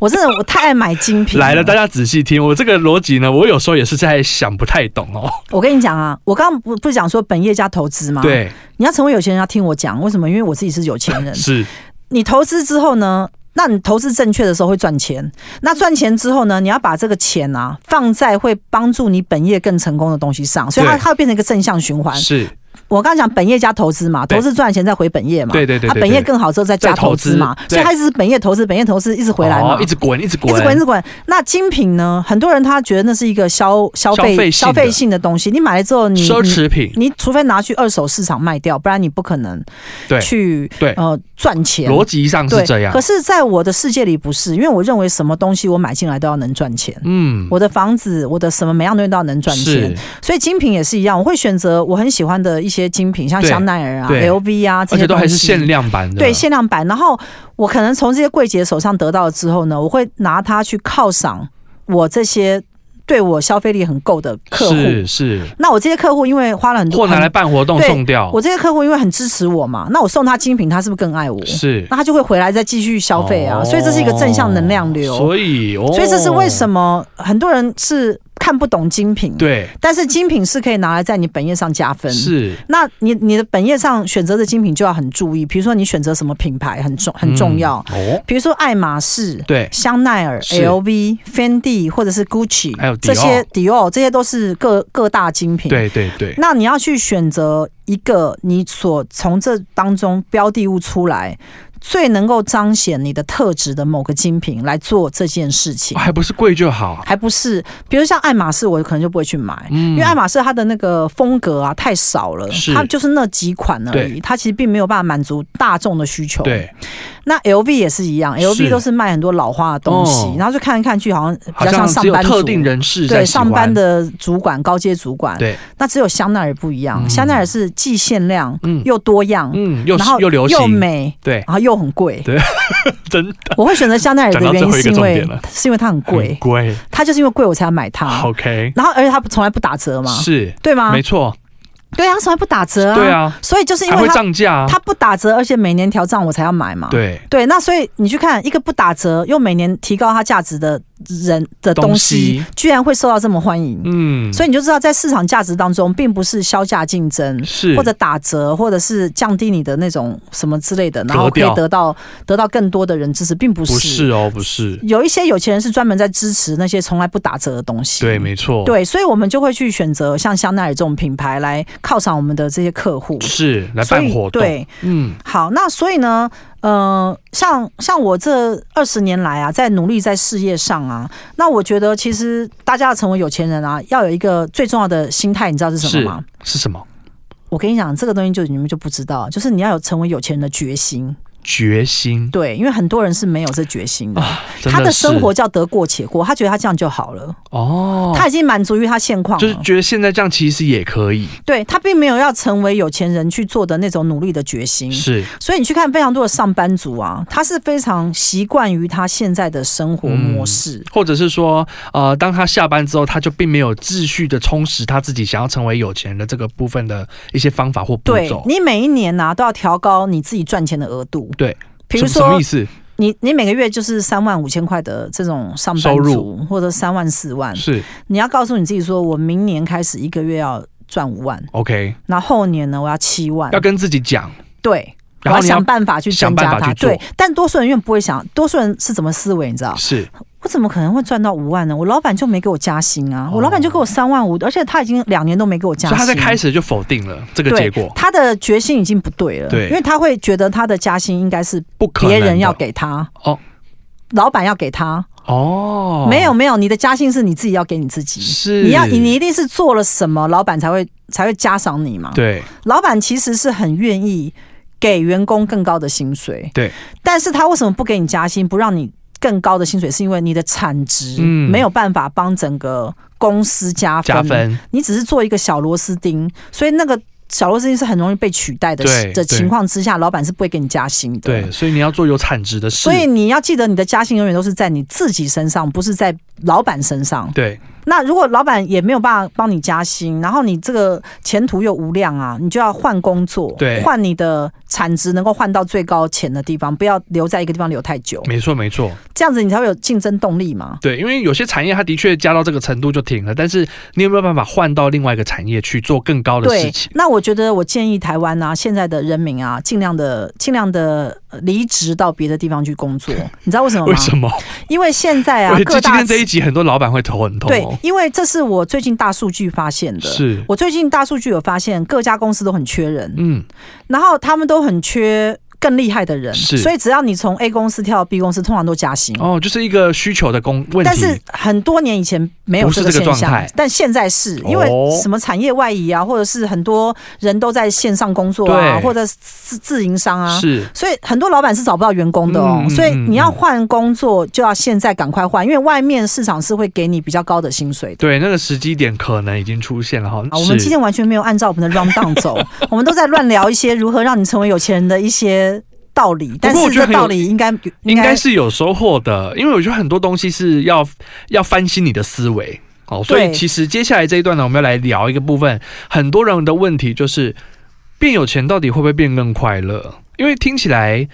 A: 我真的我太爱买精品
B: 来了，大家仔细听，我这个逻辑呢，我有时候也是在想不太懂 哦。
A: 我跟你讲啊，我刚刚不不是讲说本业加投资吗？，
B: 对，
A: 你要成为有钱人，要听我讲为什么？因为我自己是有钱人。
B: 是
A: 你投资之后呢，那你投资正确的时候会赚钱，那赚钱之后呢，你要把这个钱啊放在会帮助你本业更成功的东西上，所以它
B: 对
A: 它会变成一个正向循环。
B: 是，
A: 我刚才讲本业加投资嘛，
B: 对
A: 投资赚了钱再回本业嘛，
B: 对对对
A: 啊，
B: 对
A: 本业
B: 对
A: 更好之后再加
B: 再投
A: 投资嘛，
B: 资
A: 所以
B: 对
A: 它一直是本业投资，本业投资一直回来嘛，
B: 哦一直滚，一直滚，
A: 一直滚一直滚。那精品呢？很多人他觉得那是一个消消
B: 消
A: 费
B: 费性的
A: 消费性的东西，你买了之后你
B: 奢侈品，
A: 你，你除非拿去二手市场卖掉，不然你不可能
B: 对
A: 去
B: 对
A: 呃赚钱。
B: 逻辑上是
A: 对
B: 这样
A: 可。是在我的世界里不是，因为我认为什么东西我买进来都要能赚钱。
B: 嗯，
A: 我的房子，我的什么每样东西都要能赚钱
B: 是，，
A: 所以精品也是一样，我会选择我很喜欢的一些精品，像
B: 对
A: 香奈儿啊、
B: 对
A: LV 啊这
B: 而
A: 些
B: 且都还是
A: 东西
B: 限量版的，
A: 对限量版。然后我可能从这些柜姐手上得到了之后呢，我会拿它去犒赏我这些对我消费力很够的客户。
B: 是是，
A: 那我这些客户因为花了很多，
B: 或拿来办活动
A: 对
B: 送掉
A: 很，我这些客户因为很支持我嘛，那我送他精品，他是不是更爱我？
B: 是
A: 那他就会回来再继续消费啊，
B: 哦
A: 所以这是一个正向能量流。
B: 所以，哦
A: 所以这是为什么很多人是看不懂精品，
B: 对
A: 但是精品是可以拿来在你本业上加分。
B: 是
A: 那你你的本业上选择的精品就要很注意，比如说你选择什么品牌很重很重要，
B: 嗯哦，
A: 比如说爱马仕、
B: 对
A: 香奈儿、
B: 是
A: LV、Fendi 或者是 Gucci，
B: 还有
A: 这
B: Dior
A: 些 Dior 这些都是各各大精品。，
B: 对对对，
A: 那你要去选择一个你所从这当中标的物出来。最能够彰显你的特质的某个精品来做这件事情，
B: 哦还不是贵就好，
A: 还不是，比如像爱马仕，我可能就不会去买，
B: 嗯
A: 因为爱马仕它的那个风格啊太少了
B: 是，
A: 它就是那几款而已，
B: 对
A: 它其实并没有办法满足大众的需求。，
B: 对，
A: 那 LV 也是一样
B: 是
A: ，LV 都是卖很多老花的东西，
B: 哦
A: 然后就看来看去好像比
B: 好
A: 较像
B: 像
A: 上
B: 只有
A: 班族
B: 特。定人士在
A: 对
B: 喜欢
A: 上班，的主管、高阶主管，
B: 对，
A: 那只有香奈儿不一样。
B: 嗯
A: 香奈儿是既限量
B: 嗯
A: 又多样，
B: 嗯，又
A: 然后
B: 又流行，
A: 又美，
B: 对，
A: 然后又很贵。
B: 真的
A: 我会选择香奈儿的
B: 讲到
A: 原
B: 最
A: 因
B: 后一
A: 是
B: 个
A: 因
B: 重
A: 为
B: 点了嗯
A: 是因为它很
B: 很
A: 贵，
B: 贵
A: 它就是因为贵我才要买它。
B: ，OK，
A: 然后而且它从来不打折嘛，
B: 是。
A: 对吗
B: 没？错，
A: 对啊，它从来不打折啊。
B: 对，啊，
A: 所以就是因
B: 还
A: 为
B: 会
A: 它
B: 涨价啊，
A: 它不打折，而且每年调涨我才要买嘛。
B: 对，
A: 对，那所以你去看一个不打折又每年提高它价值的人的东西，
B: 东西
A: 居然会受到这么欢迎，
B: 嗯，
A: 所以你就知道在市场价值当中，并不是销价竞争。
B: 是
A: 或者打折，或者是降低你的那种什么之类的，然后可
B: 格调
A: 以得到得到更多的人支持，并不是。
B: 不是哦，不是，
A: 有一些有钱人是专门在支持那些从来不打折的东西。
B: 对，没错，，
A: 对，所以我们就会去选择像香奈儿这种品牌来犒赏我们的这些客户。
B: 是来
A: 所
B: 办
A: 以
B: 活动，，
A: 对，
B: 嗯，
A: 好，那所以呢，呃，像像我这二十年来啊，在努力在事业上啊，那我觉得其实大家要成为有钱人啊，要有一个最重要的心态，你知道是什么吗？
B: 是什么？
A: 我跟你讲，这个东西就你们就不知道，就是你要有成为有钱人的决心。
B: 决心
A: 对，因为很多人是没有这决心的，
B: 啊，真
A: 他的
B: 是
A: 生活叫得过且过，他觉得他这样就好了，
B: 哦，
A: 他已经满足于他现况了。
B: 就是觉得现在这样其实也可以，
A: 对他并没有要成为有钱人去做的那种努力的决心，
B: 是
A: 所以你去看非常多的上班族啊，他是非常习惯于他现在的生活模式。
B: 或者是说，呃，当他下班之后，他就并没有秩序的充实他自己想要成为有钱人的这个部分的一些方法或步
A: 对
B: 骤。
A: 你每一年呐、都要调高你自己赚钱的额度。
B: 对，
A: 比如
B: 什么什
A: 说
B: 么意思？
A: 你你每个月就是三万五千块的这种上
B: 收
A: 班族
B: 入，
A: 或者三万四万，
B: 是
A: 你要告诉你自己说，我明年开始一个月要赚五万，
B: OK，
A: 那后年呢我要七万
B: 要，跟自己讲，
A: 对。嗯我
B: 然
A: 要
B: 后你要
A: 想办法去增
B: 想
A: 加
B: 办
A: 它，
B: 法去做
A: 对。但多数人永远不会想，多数人是怎么思维，你知道？
B: 是
A: 我怎么可能会赚到五万呢？我老板就没给我加薪啊，
B: 哦
A: 我老板就给我三万五，而且他已经两年都没给我加
B: 所
A: 薪。
B: 以他在开始就否定了这个
A: 对
B: 结果，
A: 他的决心已经不对了，
B: 对
A: 因为他会觉得他的加薪应该是
B: 不可能
A: 别
B: 的
A: 人要给他
B: 哦。
A: 老板要给他，
B: 哦，
A: 没有没有，你的加薪是你自己要给你自己，
B: 是
A: 你要你你一定是做了什么，老板才会才会加赏你嘛。
B: 对
A: 老板其实是很愿意给员工更高的薪水，
B: 对，
A: 但是他为什么不给你加薪，不让你更高的薪水？是因为你的产值
B: 嗯
A: 没有办法帮整个公司加分，
B: 加分
A: 你只是做一个小螺丝钉，所以那个小螺丝钉是很容易被取代的
B: 对
A: 的
B: 对
A: 情况之下，老板是不会给你加薪的。
B: 对，所以你要做有产值的事，
A: 所以你要记得，你的加薪永远都是在你自己身上，不是在老板身上。
B: 对
A: 那如果老板也没有办法帮你加薪，然后你这个前途又无量啊，你就要换工作，
B: 对
A: 换你的产值能够换到最高钱的地方，不要留在一个地方留太久，
B: 没错没错，
A: 这样子你才会有竞争动力嘛。
B: 对，因为有些产业它的确加到这个程度就停了，但是你有没有办法换到另外一个产业去做更高的事
A: 对
B: 情，？
A: 那我觉得我建议台湾啊，现在的人民啊，尽量的、尽量的 离职到别的地方去工作。你知道为什么吗？
B: 为什么？
A: 因为现在啊
B: 我，
A: 各
B: 今
A: 大
B: 天这一集很多老板会头很痛、
A: 对
B: 哦，，
A: 因为这是我最近大数据发现的。
B: 是，
A: 我最近大数据有发现，各家公司都很缺人，
B: 嗯，
A: 然后他们都很缺更厉害的人，
B: 是
A: 所以只要你从 A 公司跳到 B 公司，通常都加薪。
B: 哦，就是一个需求的工问题，
A: 但是很多年以前没有
B: 不是
A: 这个
B: 这
A: 现
B: 个状
A: 象
B: 态，
A: 但现在是因为
B: 哦
A: 什么产业外移啊，或者是很多人都在线上工作啊，
B: 对
A: 或者是自自营商啊。
B: 是
A: 所以很多老板是找不到员工的哦，
B: 嗯嗯
A: 所以你要
B: 嗯
A: 换工作就要现在赶快换，因为外面市场是会给你比较高的薪水的。
B: 对那个时机点可能已经出现了哈。
A: 啊，我们
B: 是
A: 今天完全没有按照我 们的 round down 走，我们都在乱聊一些如何让你成为有钱人的一些道理，但
B: 我
A: 是
B: 觉
A: 这
B: 得很有
A: 道理应该
B: 应该是有收获的，因为我觉得很多东西是要要翻新你的思维。哦，所
A: 对
B: 以其实接下来这一段呢，我们要来聊一个部分，很多人的问题就是变有钱到底会不会变更快乐？因为听起来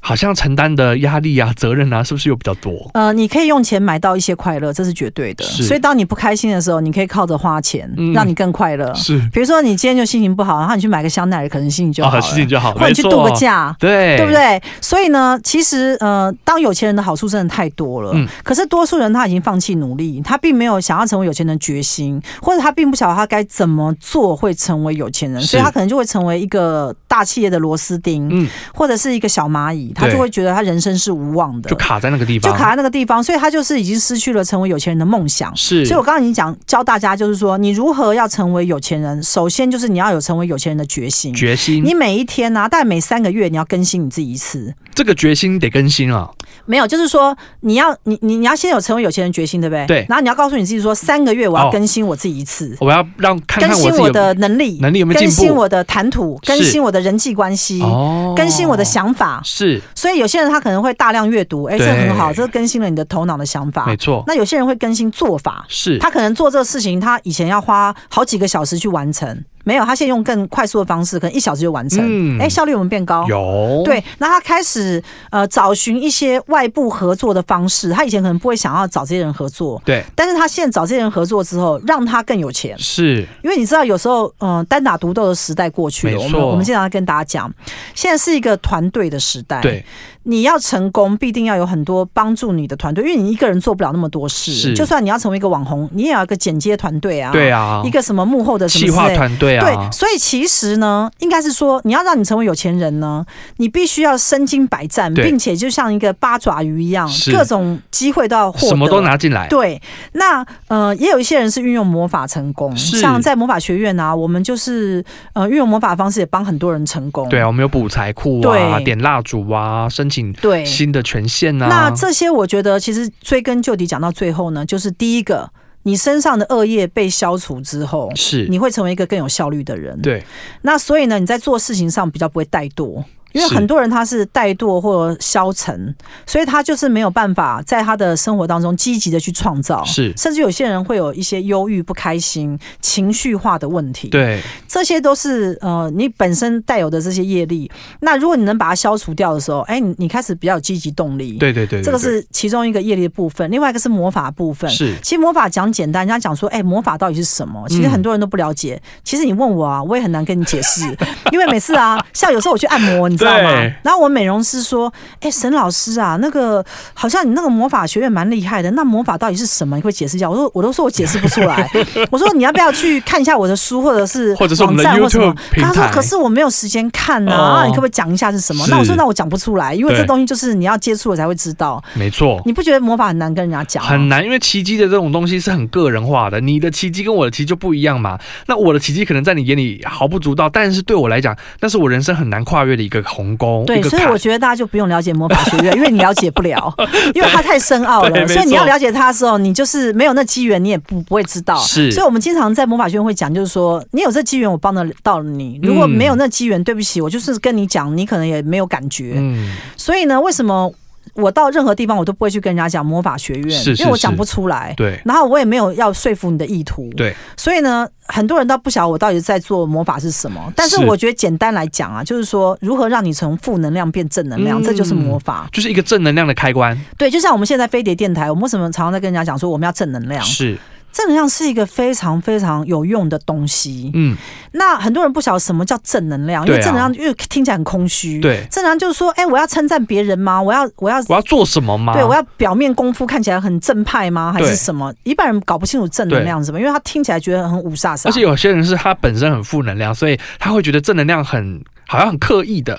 B: 好像承担的压力啊、责任啊，是不是又比较多？
A: 呃，你可以用钱买到一些快乐，这是绝对的。
B: 是
A: 所以当你不开心的时候，你可以靠着花钱，
B: 嗯
A: 让你更快乐。
B: 是啊
A: 比如说你今天就心情不好，然后你去买个香奈儿，可能心情就好了，
B: 啊，事情就好，
A: 或者
B: 没
A: 你去
B: 错，
A: 度个假。
B: 对，
A: 对不？对？所以呢，其实呃，当有钱人的好处真的太多了。
B: 嗯
A: 可是多数人他已经放弃努力，他并没有想要成为有钱人的决心，或者他并不晓得他该怎么做会成为有钱人，
B: 是
A: 所以他可能就会成为一个大企业的螺丝钉，
B: 嗯，
A: 或者是一个小蚂蚁，他
B: 对
A: 就会觉得他人生是无望的，
B: 就卡在那个地
A: 就
B: 方，
A: 卡在那个地方，所以他就是已经失去了成为有钱人的梦想。
B: 是，
A: 所以我刚刚已经讲教大家，就是说你如何要成为有钱人，首先就是你要有成为有钱人的决心。
B: 决心，
A: 你每一天啊，大概每三个月你要更新你自己一次。
B: 这个决心得更新啊，
A: 没有，就是说你要你你你要先有成为有钱人决心，对不对？
B: 对
A: 然后你要告诉你自己说，三个月我要
B: 哦
A: 更新我自己一次，
B: 我要让看看
A: 更新
B: 自己
A: 我
B: 有
A: 的能力，
B: 能力有没有
A: 更
B: 进
A: 新
B: 步，
A: 我的谈吐，
B: 是
A: 更新我的人际关系。
B: 哦
A: 更新我的想法，
B: 是
A: 所以有些人他可能会大量阅读，哎，这
B: 对
A: 很好，这更新了你的头脑的想法
B: 没。错，
A: 那有些人会更新做法，
B: 是
A: 他可能做这个事情，他以前要花好几个小时去完成，没有，他现在用更快速的方式，可能一小时就完成，
B: 嗯
A: 哎、效率我们变高。
B: 有，
A: 对，那他开始呃找寻一些外部合作的方式，他以前可能不会想要找这些人合作，
B: 对
A: 但是他现在找这些人合作之后，让他更有钱。
B: 是，
A: 因为你知道，有时候，嗯、单打独斗的时代过去了。
B: 没
A: 我
B: 错
A: 们我们经常跟大家讲，现在是一个团队的时代。，
B: 对
A: 你要成功，必定要有很多帮助你的团队，因为你一个人做不了那么多事。
B: 是
A: 就算你要成为一个网红，你也要有一个剪接团队啊，
B: 对啊
A: 一，个什么幕后的什么
B: 企
A: 之
B: 划
A: 类的
B: 团队啊
A: 对，，所以其实呢，应该是说，你要让你成为有钱人呢，你必须要身经百战，
B: 对
A: 并且就像一个八爪鱼一样，
B: 是
A: 各种机会都要获得。
B: 什么都拿进来，
A: 对，那呃，也有一些人是运用魔法成功，
B: 是
A: 像在魔法学院啊，我们就是呃运用魔法的方式也帮很多人成功。
B: 对啊，我们有补财库啊，
A: 对
B: 点蜡烛啊，申请
A: 对
B: 新的权限啊，
A: 那这些我觉得其实追根究底讲到最后呢，就是第一个，你身上的恶业被消除之后，
B: 是
A: 你会成为一个更有效率的人。
B: 对
A: 那所以呢，你在做事情上比较不会怠惰，因为
B: 是
A: 很多人他是怠惰或消沉，所以他就是没有办法在他的生活当中积极的去创造。
B: 是，
A: 甚至有些人会有一些忧郁、不开心、情绪化的问题，，
B: 对
A: 这些都是呃你本身带有的这些业力。那如果你能把它消除掉的时候，哎，你你开始比较有积极动力。，
B: 对对对，
A: 这个
B: 对
A: 是其中一个业力的部分，另外一个是魔法部分。
B: 是嗯
A: 其实魔法讲简单，人家讲说，哎、魔法到底是什么？其实很多人都不了解。其实你问我啊，我也很难跟你解释， 因为每次啊，像有时候我去按摩，你知道吗
B: 对？
A: 然后我美容师说，哎、沈老师啊，那个好像你那个魔法学院蛮厉害的，那魔法到底是什么？你会解释一下？我说，我都说我解释不出 来。我说你要不要去看一下我的书，或者是
B: 或者是我们的
A: 网站或什么
B: YouTube 平
A: 他说
B: 台
A: 可是我没有时间看呐、
B: 哦
A: 啊，你可不可以讲一下是什么？那我说
B: 是
A: 那我讲不出来，因为这
B: 对
A: 东西就是你要接触了才会知道。
B: 没错。
A: 你不觉得魔法很难跟人家讲 吗？
B: 很难，因为奇迹的这种东西是很个人化的，你的奇迹跟我的奇迹就不一样嘛。那我的奇迹可能在你眼里毫不足道，但是对我来讲，那是我人生很难跨越的一个鸿沟，
A: 对
B: 一，个
A: 所以
B: 坎
A: 我觉得大家就不用了解魔法学 院，因为你了解不了，因为它太深奥
B: 对
A: 了。
B: 没
A: 所以你要
B: 错
A: 了解它的时候，你就是没有那机缘，你也不不会知道。
B: 是
A: 所以我们经常在魔法学院会讲，就是说你有这机缘，我帮得到你；如果没有那机缘，对不起，我就是跟你讲，你可能也没有感觉。
B: 嗯，
A: 所以呢，为什么我到任何地方我都不会去跟人家讲魔法学院？
B: 是是
A: 因为我
B: 是
A: 讲不出来。
B: 对
A: 然后我也没有要说服你的意图，
B: 对，
A: 所以呢，很多人都不晓得我到底在做魔法是什么。但是
B: 是
A: 我觉得简单来讲啊，就是说如何让你从负能量变正能量，
B: 嗯
A: 这就是魔法。
B: 就是一个正能量的开关，
A: 对，就像我们现在飞碟电台，我们为什么常常在跟人家讲说我们要正能量？
B: 是
A: 正能量是一个非常非常有用的东西。
B: 嗯，
A: 那很多人不晓得什么叫正能量，因为
B: 对啊
A: 正能量因为听起来很空虚。，
B: 对，
A: 正能量就是说，哎、我要称赞别人吗？我要我要
B: 我要做什么吗？
A: 对，我要表面功夫看起来很正派吗？还
B: 对
A: 是什么？一般人搞不清楚正能量是什么，因为他听起来觉得很五煞煞。
B: 而且有些人是他本身很负能量，所以他会觉得正能量很好像很刻意的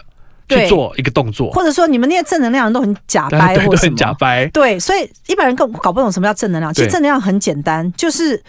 B: 去
A: 对
B: 做一个动作，
A: 或者说你们那些正能量人都很假
B: 但
A: 掰
B: 是对
A: 或
B: 都
A: 什么
B: 很假掰。
A: 对，所以一般人更搞不懂什么叫正能量。其实
B: 对
A: 正能量很简单，就是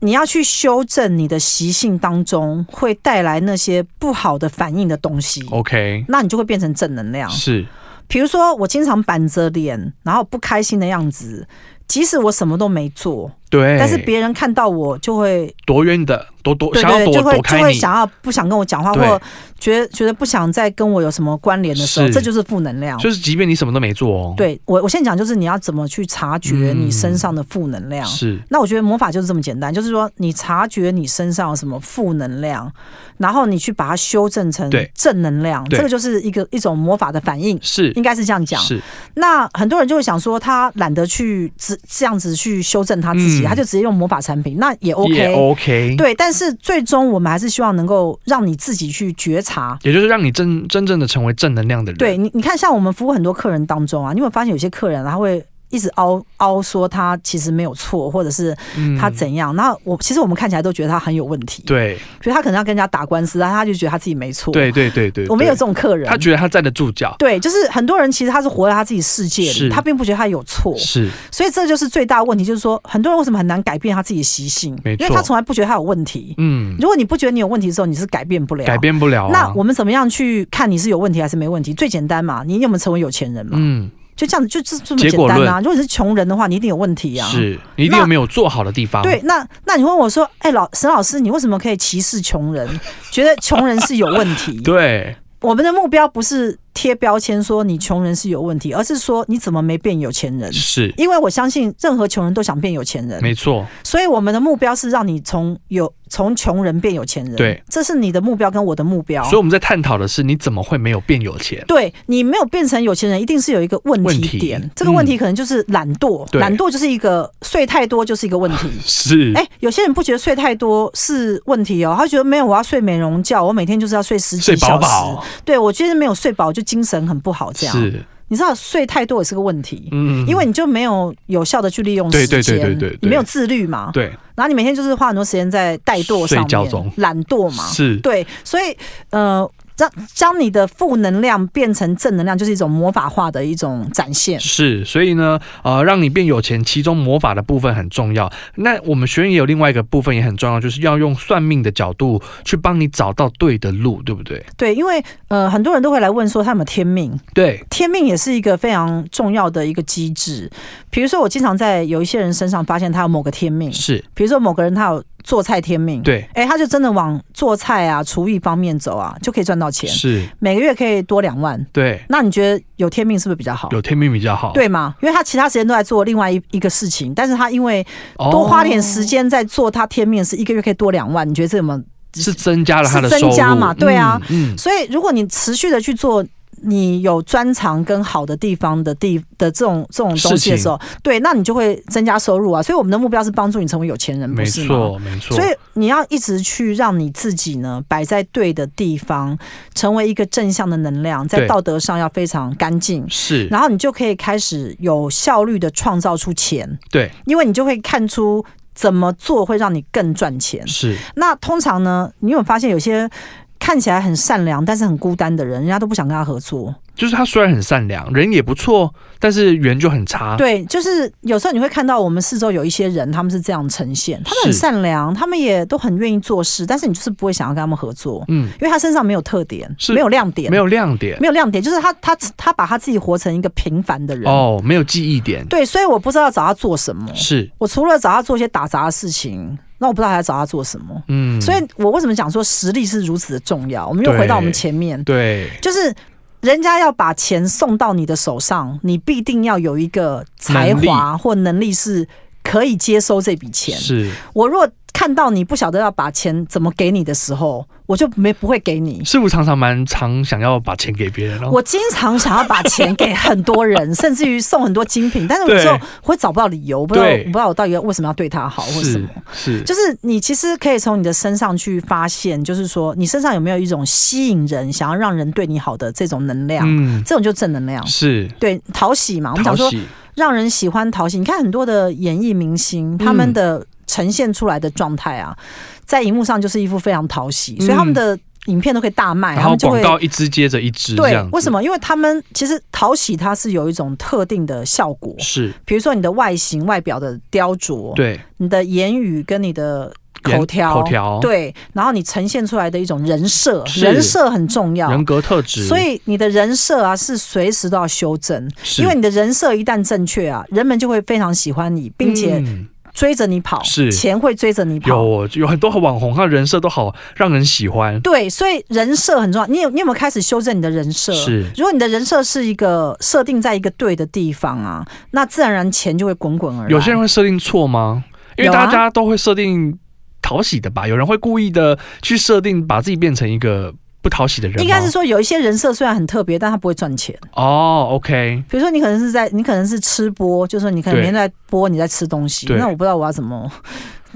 A: 你要去修正你的习性当中会带来那些不好的反应的东西。
B: 哦 OK，
A: 那你就会变成正能量。
B: 是
A: 比如说，我经常板着脸，然后不开心的样子，即使我什么都没做，
B: 对，
A: 但是别人看到我就会
B: 躲远的，躲躲
A: 对
B: 想要
A: 对，
B: 躲
A: 就会
B: 躲
A: 就
B: 开
A: 会
B: 你，
A: 想要不想跟我讲话，
B: 对
A: 或觉得觉得不想再跟我有什么关联的时候，
B: 是
A: 这就是负能量。
B: 就是即便你什么都没做哦，，
A: 对我，我现在讲就是你要怎么去察觉
B: 嗯
A: 你身上的负能量。
B: 是
A: 那我觉得魔法就是这么简单，就是说你察觉你身上有什么负能量，然后你去把它修正成
B: 对
A: 正能量，
B: 对
A: 这个就是一个一种魔法的反应，
B: 是
A: 应该是这样讲。
B: 是，
A: 那很多人就会想说，他懒得去这这样子去修正他自己，
B: 嗯
A: 他就直接用魔法产品，那也 OK。
B: 也 OK，，
A: 对，但是最终我们还是希望能够让你自己去觉察。
B: 也就是让你真真正的成为正能量的人，
A: 对你，你看，像我们服务很多客人当中啊，你有没有发现有些客人啊他会一直凹凹说他其实没有错，或者是
B: 嗯，
A: 他怎样？那我其实我们看起来都觉得他很有问题，，
B: 对
A: 比如他可能要跟人家打官司啊，他就觉得他自己没错。，
B: 对对对对，
A: 我们
B: 对
A: 有这种客人
B: 他，觉得他站得住脚，
A: 对，就是很多人其实他是活在他自己世界
B: 是
A: 里，他并不觉得他有错，
B: 是
A: 所以这就是最大的问题，就是说很多人为什么很难改变他自己的习性，
B: 没
A: 因为
B: 错
A: 他从来不觉得他有问题。
B: 嗯，
A: 如果你不觉得你有问题的时候，你是改变不了，
B: 改变不了啊，
A: 那我们怎么样去看你是有问题还是没问题？最简单嘛，你有没有成为有钱人嘛？
B: 嗯
A: 就这样，就这这么
B: 结
A: 简
B: 果
A: 单
B: 论
A: 啊！如果你是穷人的话，你一定有问题啊。。
B: 是啊你一定
A: 那
B: 有没有做好的地方，
A: 对，那那你问我说，哎、老沈老师，你为什么可以歧视穷人？ 觉得穷人是有问题？
B: 对
A: 我们的目标不是贴标签说你穷人是有问题，而是说你怎么没变有钱人？
B: 是
A: 因为我相信任何穷人都想变有钱人，
B: 没错，
A: 所以我们的目标是让你从有从穷人变有钱人。
B: 对，
A: 这是你的目标跟我的目标。
B: 所以我们在探讨的是你怎么会没有变有钱？
A: 对你没有变成有钱人，一定是有一个问
B: 问
A: 题
B: 题嗯
A: 点。这个问题可能就是懒惰，
B: 对
A: 懒惰就是一个睡太多就是一个问题。
B: 是
A: 哎、有些人不觉得睡太多是问题哦，他觉得没有，我要睡美容觉，我每天就是要睡十
B: 睡
A: 几
B: 饱
A: 小时。
B: 饱
A: 对我觉得没有睡饱就精神很不好，这样哎
B: 是
A: 你知道睡太多也是个问题。
B: 嗯
A: 因为你就没有有效的去利用
B: 对
A: 时间，
B: 对对对对对
A: 你没有自律嘛，
B: 对
A: 然后你每天就是花很多时间在怠惰上
B: 睡觉中
A: 面，懒惰嘛，
B: 是
A: 对，所以呃，将将你的负能量变成正能量，就是一种魔法化的一种展现。
B: 是，所以呢，呃，让你变有钱，其中魔法的部分很重要。那我们学院也有另外一个部分也很重要，就是要用算命的角度去帮你找到对的路，对不对？
A: 对，因为呃，很多人都会来问说他有没有天命，
B: 对，
A: 天命也是一个非常重要的一个机制。比如说，我经常在有一些人身上发现他有某个天命，
B: 是，
A: 比如说某个人他有做菜天命，，
B: 对，
A: 哎，他就真的往做菜啊、厨艺方面走啊，就可以赚到钱，
B: 是，
A: 每个月可以多两万。
B: 对，
A: 那你觉得有天命是不是比较好？
B: 有天命比较好，，哦
A: 对嘛？因为他其他时间都在做另外一一个事情，但是他因为
B: 哦
A: 多花点时间在做他天命是一个月可以多两万，你觉得这有没有？
B: 是增加了他的
A: 是
B: 收
A: 增
B: 入
A: 加啊嘛对啊，
B: 嗯，嗯
A: 所以如果你持续的去做你有专长跟好的地方的地的这种这种东西的时候，对，那你就会增加收入啊。所以我们的目标是帮助你成为有钱人，不
B: 嗯没
A: 是吗？
B: 错，没错，
A: 所以你要一直去让你自己呢摆在对的地方，成为一个正向的能量，在
B: 对
A: 道德上要非常干净，
B: 是，
A: 然后你就可以开始有效率的创造出钱。
B: 对，
A: 因为你就会看出怎么做会让你更赚钱。
B: 是，
A: 那通常呢，你有没有发现有些看起来很善良但是很孤单的人，人家都不想跟他合作。
B: 就是他虽然很善良，人也不错，但是缘就很差，
A: 对，就是有时候你会看到我们四周有一些人，他们是这样呈现，他们很
B: 是
A: 善良，他们也都很愿意做事，但是你就是不会想要跟他们合作，
B: 嗯，
A: 因为他身上没有特点，
B: 是
A: 没有亮点，
B: 没有亮点，
A: 没有亮点，就是他他他把他自己活成一个平凡的人。
B: 哦，没有记忆点，
A: 对，所以我不知道找他做什么。
B: 是，
A: 我除了找他做一些打杂的事情，那我不知道还要找他做什么。
B: 嗯，
A: 所以我为什么讲说实力是如此的重要？我们又回到我们前面，
B: 对。
A: 就是人家要把钱送到你的手上，你必定要有一个才华或能力是可以接收这笔钱。
B: 是
A: 我若看到你不晓得要把钱怎么给你的时候，我就没不会给你。
B: 师傅常常蛮常想要把钱给别人哦。
A: 我经常想要把钱给很多 人，甚至于送很多精品，但是我
B: 对
A: 之后会找不到理由，我不知道
B: 对
A: 我不知道我到底为什么要对他好或什么
B: 是。是，
A: 就是你其实可以从你的身上去发现，就是说你身上有没有一种吸引人、想要让人对你好的这种能量，
B: 嗯，
A: 这种就正能量。
B: 是
A: 对，讨喜嘛，我们
B: 讨
A: 讲说
B: 喜，
A: 让人喜欢讨喜。你看很多的演艺明星，他们的呈现出来的状态啊，在荧幕上就是一副非常讨喜，所以他们的影片都可以大卖，
B: 嗯然
A: 哎他
B: 后
A: 们就
B: 广
A: 会。
B: 告一支接着一支，这
A: 对
B: 样，子
A: 为什么？因为他们其实讨喜，它是有一种特定的效果，
B: 是？
A: 比如说你的外形、外表的雕琢，
B: 对，
A: 你的言语跟你的
B: 言
A: 口条，
B: 口条，，
A: 对，然后你呈现出来的一种人设，
B: 是
A: 人设很重要
B: 人。格特质，
A: 所以你的人设啊，是随时都要修正，
B: 是
A: 因为你的人设一旦正确啊，人们就会非常喜欢你，并且
B: 嗯
A: 追着你跑，
B: 是
A: 钱会追着你跑。
B: 有有很多网红，他的人设都好让人喜欢，
A: 对，所以人设很重要。你有你有没有开始修正你的人设？
B: 是
A: 如果你的人设是一个设定在一个对的地方啊，那自然而然钱就会滚滚而来。
B: 有些人会设定错吗？因为
A: 有啊
B: 大家都会设定讨喜的吧，有人会故意的去设定把自己变成一个不讨喜的人吗，
A: 应该是说有一些人设虽然很特别，但他不会赚钱。
B: 哦，OK，
A: 比如说你可能是在你可能是吃播，就是说你可能
B: 对
A: 每天在播你在吃东西，
B: 对
A: 那我不知道我要怎么，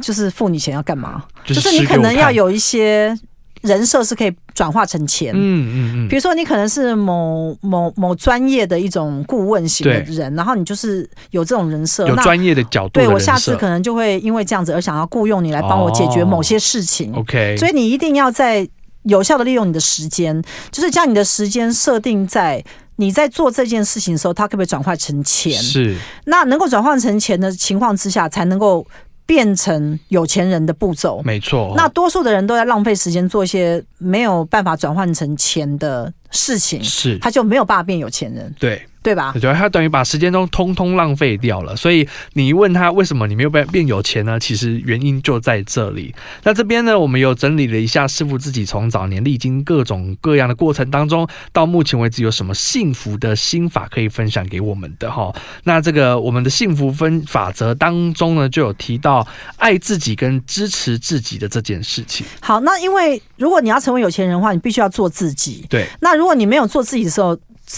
A: 就是付你钱要干嘛？
B: 就
A: 就是是
B: 吃
A: 你
B: 给
A: 可
B: 我
A: 能要
B: 看，
A: 有一些人设是可以转化成钱。
B: 嗯嗯
A: 比
B: 嗯，
A: 如说，你可能是某某某专业的一种顾问型的
B: 对
A: 人，然后你就是有这种人设，
B: 有
A: 那
B: 专业的角度
A: 对
B: 的人设，
A: 我下次可能就会因为这样子而想要雇佣你来帮我解决
B: 哦
A: 某些事情。
B: OK，
A: 所以你一定要在有效的利用你的时间，就是将你的时间设定在你在做这件事情的时候，它可不可以转换成钱？
B: 是
A: 那能够转换成钱的情况之下，才能够变成有钱人的步骤。
B: 没错，
A: 那多数的人都在浪费时间做一些没有办法转换成钱的事情，
B: 是
A: 他就没有办法变有钱人，
B: 对。
A: 对吧？
B: 对，他等于把时间都通通浪费掉了。所以你问他为什么你没有变变有钱呢？其实原因就在这里。那这边呢，我们有整理了一下师傅自己从早年历经各种各样的过程当中，到目前为止有什么幸福的心法可以分享给我们的哈。那这个我们的幸福分法则当中呢，就有提到爱自己跟支持自己的这件事情。
A: 好，那因为如果你要成为有钱人的话，你必须要做自己。
B: 对，
A: 那如果你没有做自己的时候，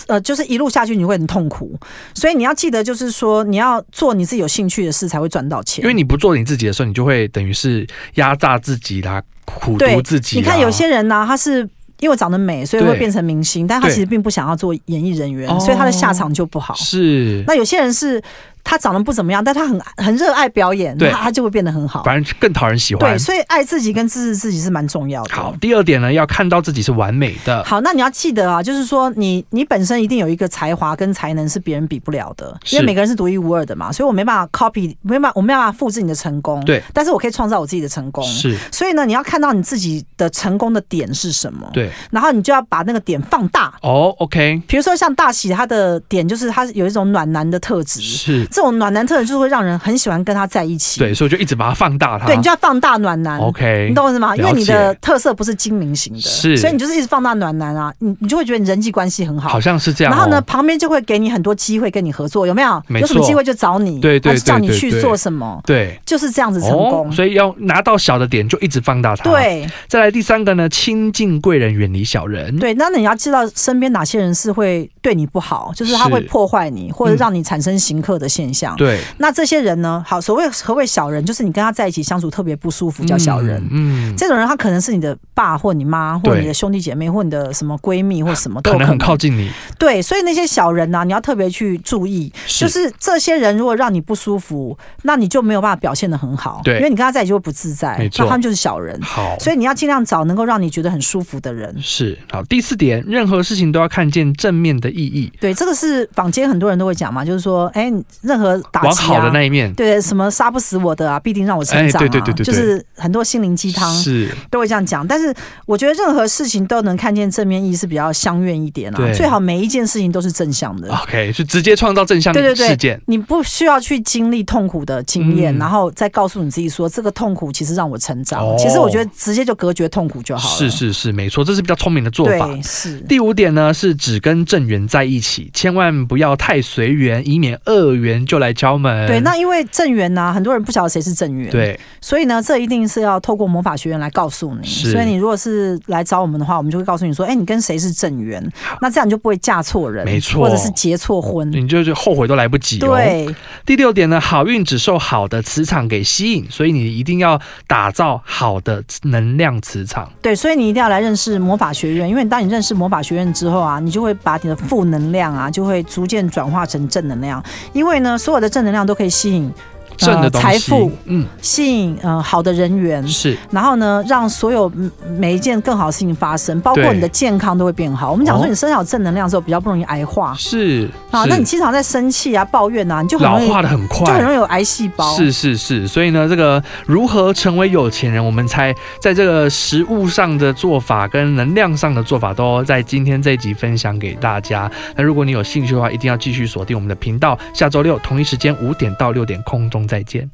A: 呃，就是一路下去你会很痛苦，所以你要记得，就是说你要做你自己有兴趣的事才会赚到钱。
B: 因为你不做你自己的时候，你就会等于是压榨自己啦，苦
A: 对
B: 读自己啦。啊
A: 你看有些人呢、他是。因为长得美，所以会
B: 对
A: 变成明星，但他
B: 对
A: 其实并不想要做演艺人员
B: 哦，
A: 所以他的下场就不好。
B: 是
A: 那有些人是他长得不怎么样，但他很很热爱表演，
B: 对
A: 那他就会变得很好。
B: 反而更讨人喜欢
A: 对，。所以爱自己跟支持自己是蛮重要的。哦
B: 好，第二点呢，要看到自己是完美的，
A: 好，那你要记得啊，就是说你你本身一定有一个才华跟才能是别人比不了的，因
B: 是
A: 为每个人是独一无二的嘛，所以我没办法 copy，没办法，我没办法复制你的成功，
B: 对，
A: 但是我可以创造我自己的成功。
B: 是
A: 所以呢，你要看到你自己的成功的点是什么，，
B: 对
A: 然后你就要把那个点放大。
B: 哦，OK，
A: 比如说像大喜，他的点就是他有一种暖男的特质，
B: 是
A: 这种暖男特质就是会让人很喜欢跟他在一起。
B: 对，所以我就一直把它放大它，
A: 对，你就要放大暖男。
B: OK，
A: 你懂我意思吗？因为
B: 了
A: 你
B: 解
A: 的特色不是精明型的，
B: 是
A: 所以你就是一直放大暖男啊，你你就会觉得你人际关系很好。
B: 好像是这样、哦，
A: 然后呢，？旁边就会给你很多机会跟你合作，有没有？
B: 没
A: 有
B: 错
A: 什么机会就找你，
B: 对对
A: 他就叫你
B: 对对
A: 去
B: 对
A: 做什么，
B: 对，哦
A: 就是这样子成功。
B: 所以嗯要拿到小的点就一直放大它。，
A: 对
B: 再来第三个呢，亲近贵人，远离小人。，
A: 对，那你要知道身边哪些人是会对你不好，就是他
B: 是
A: 会破坏你，或者
B: 嗯
A: 让你产生行客的现象。
B: 对，
A: 那这些人呢？好，所谓何谓小人，就是你跟他在一起相处特别不舒服，叫小人。
B: 嗯，嗯
A: 这种人他可能是你的爸或你妈或
B: 对
A: 你的兄弟姐妹或你的什么闺蜜或什么，都有
B: 可能很靠近你，
A: 对，所以那些小人呢、啊你要特别去注意，
B: 是
A: 就是这些人如果让你不舒服，那你就没有办法表现的很好，
B: 对
A: 因为你跟他在一起会不自在
B: 没，错
A: 那他们就是小人，
B: 好，
A: 所以你要尽量找能够让你觉得很舒服的人。
B: 是好。第四点，任何事情都要看见正面的意义，
A: 对，这个是坊间很多人都会讲嘛，就是说，哎，你任何打
B: 往
A: 击
B: 好的
A: 啊，
B: 那一面。
A: 对，什么杀不死我的啊，必定让我成
B: 哎
A: 长啊，
B: 对对对对对
A: 就是很多心灵鸡汤，
B: 是
A: 都会这样讲，但是我觉得任何事情都能看见正面意义是比较相愿一点
B: 对啊
A: 啊，最好每一件事情都是正向的。
B: OK，是直接创造正向
A: 对对对
B: 事件。
A: 你不需要去经历痛苦的经验，
B: 嗯
A: 然后再告诉你自己说，这个痛苦其实让我成长。
B: 哦
A: 其实我觉得直接就隔绝痛苦就好了。
B: 是，是是，没错，这是比较聪明的做法
A: 对，。是。
B: 第五点呢是只跟正缘在一起，千万不要太随缘，以免恶缘人就来敲门。
A: 对，那因为正缘呢、很多人不晓得谁是正缘，，
B: 嗯对
A: 所以呢，这一定是要透过魔法学院来告诉你。
B: 是
A: 所以你如果是来找我们的话，我们就会告诉你说，哎，你跟谁是正缘，那这样你就不会嫁错人，
B: 没错嗯
A: 或者是结错婚。
B: 你就是后悔都来不及哦。
A: 对，
B: 第六点呢，好运只受好的磁场给吸引，所以你一定要打造好的能量磁场。
A: 对，所以你一定要来认识魔法学院，因为当你认识魔法学院之后啊，你就会把你的负能量啊，就会逐渐转化成正能量。因为呢，所有的正能量都可以吸引
B: 正的东西，
A: 呃财富
B: 嗯，
A: 吸引呃好的人缘，
B: 是
A: 然后呢，让所有嗯每一件更好的事情发生，包括
B: 对
A: 你的健康都会变好。我们讲说，
B: 哦
A: 你身上有正能量之后，比较不容易癌化、
B: 是
A: 啊。
B: 是
A: 那你经常在生气啊、抱怨啊，你就很
B: 老
A: 容易
B: 化的很
A: 就很
B: 快。
A: 容易有癌细胞。
B: 是是是，所以呢，这个如何成为有钱人，我们才在这个食物上的做法跟能量上的做法，都在今天这一集分享给大家。那如果你有兴趣的话，一定要继续锁定我们的频道，下周六同一时间五点到六点空中再见。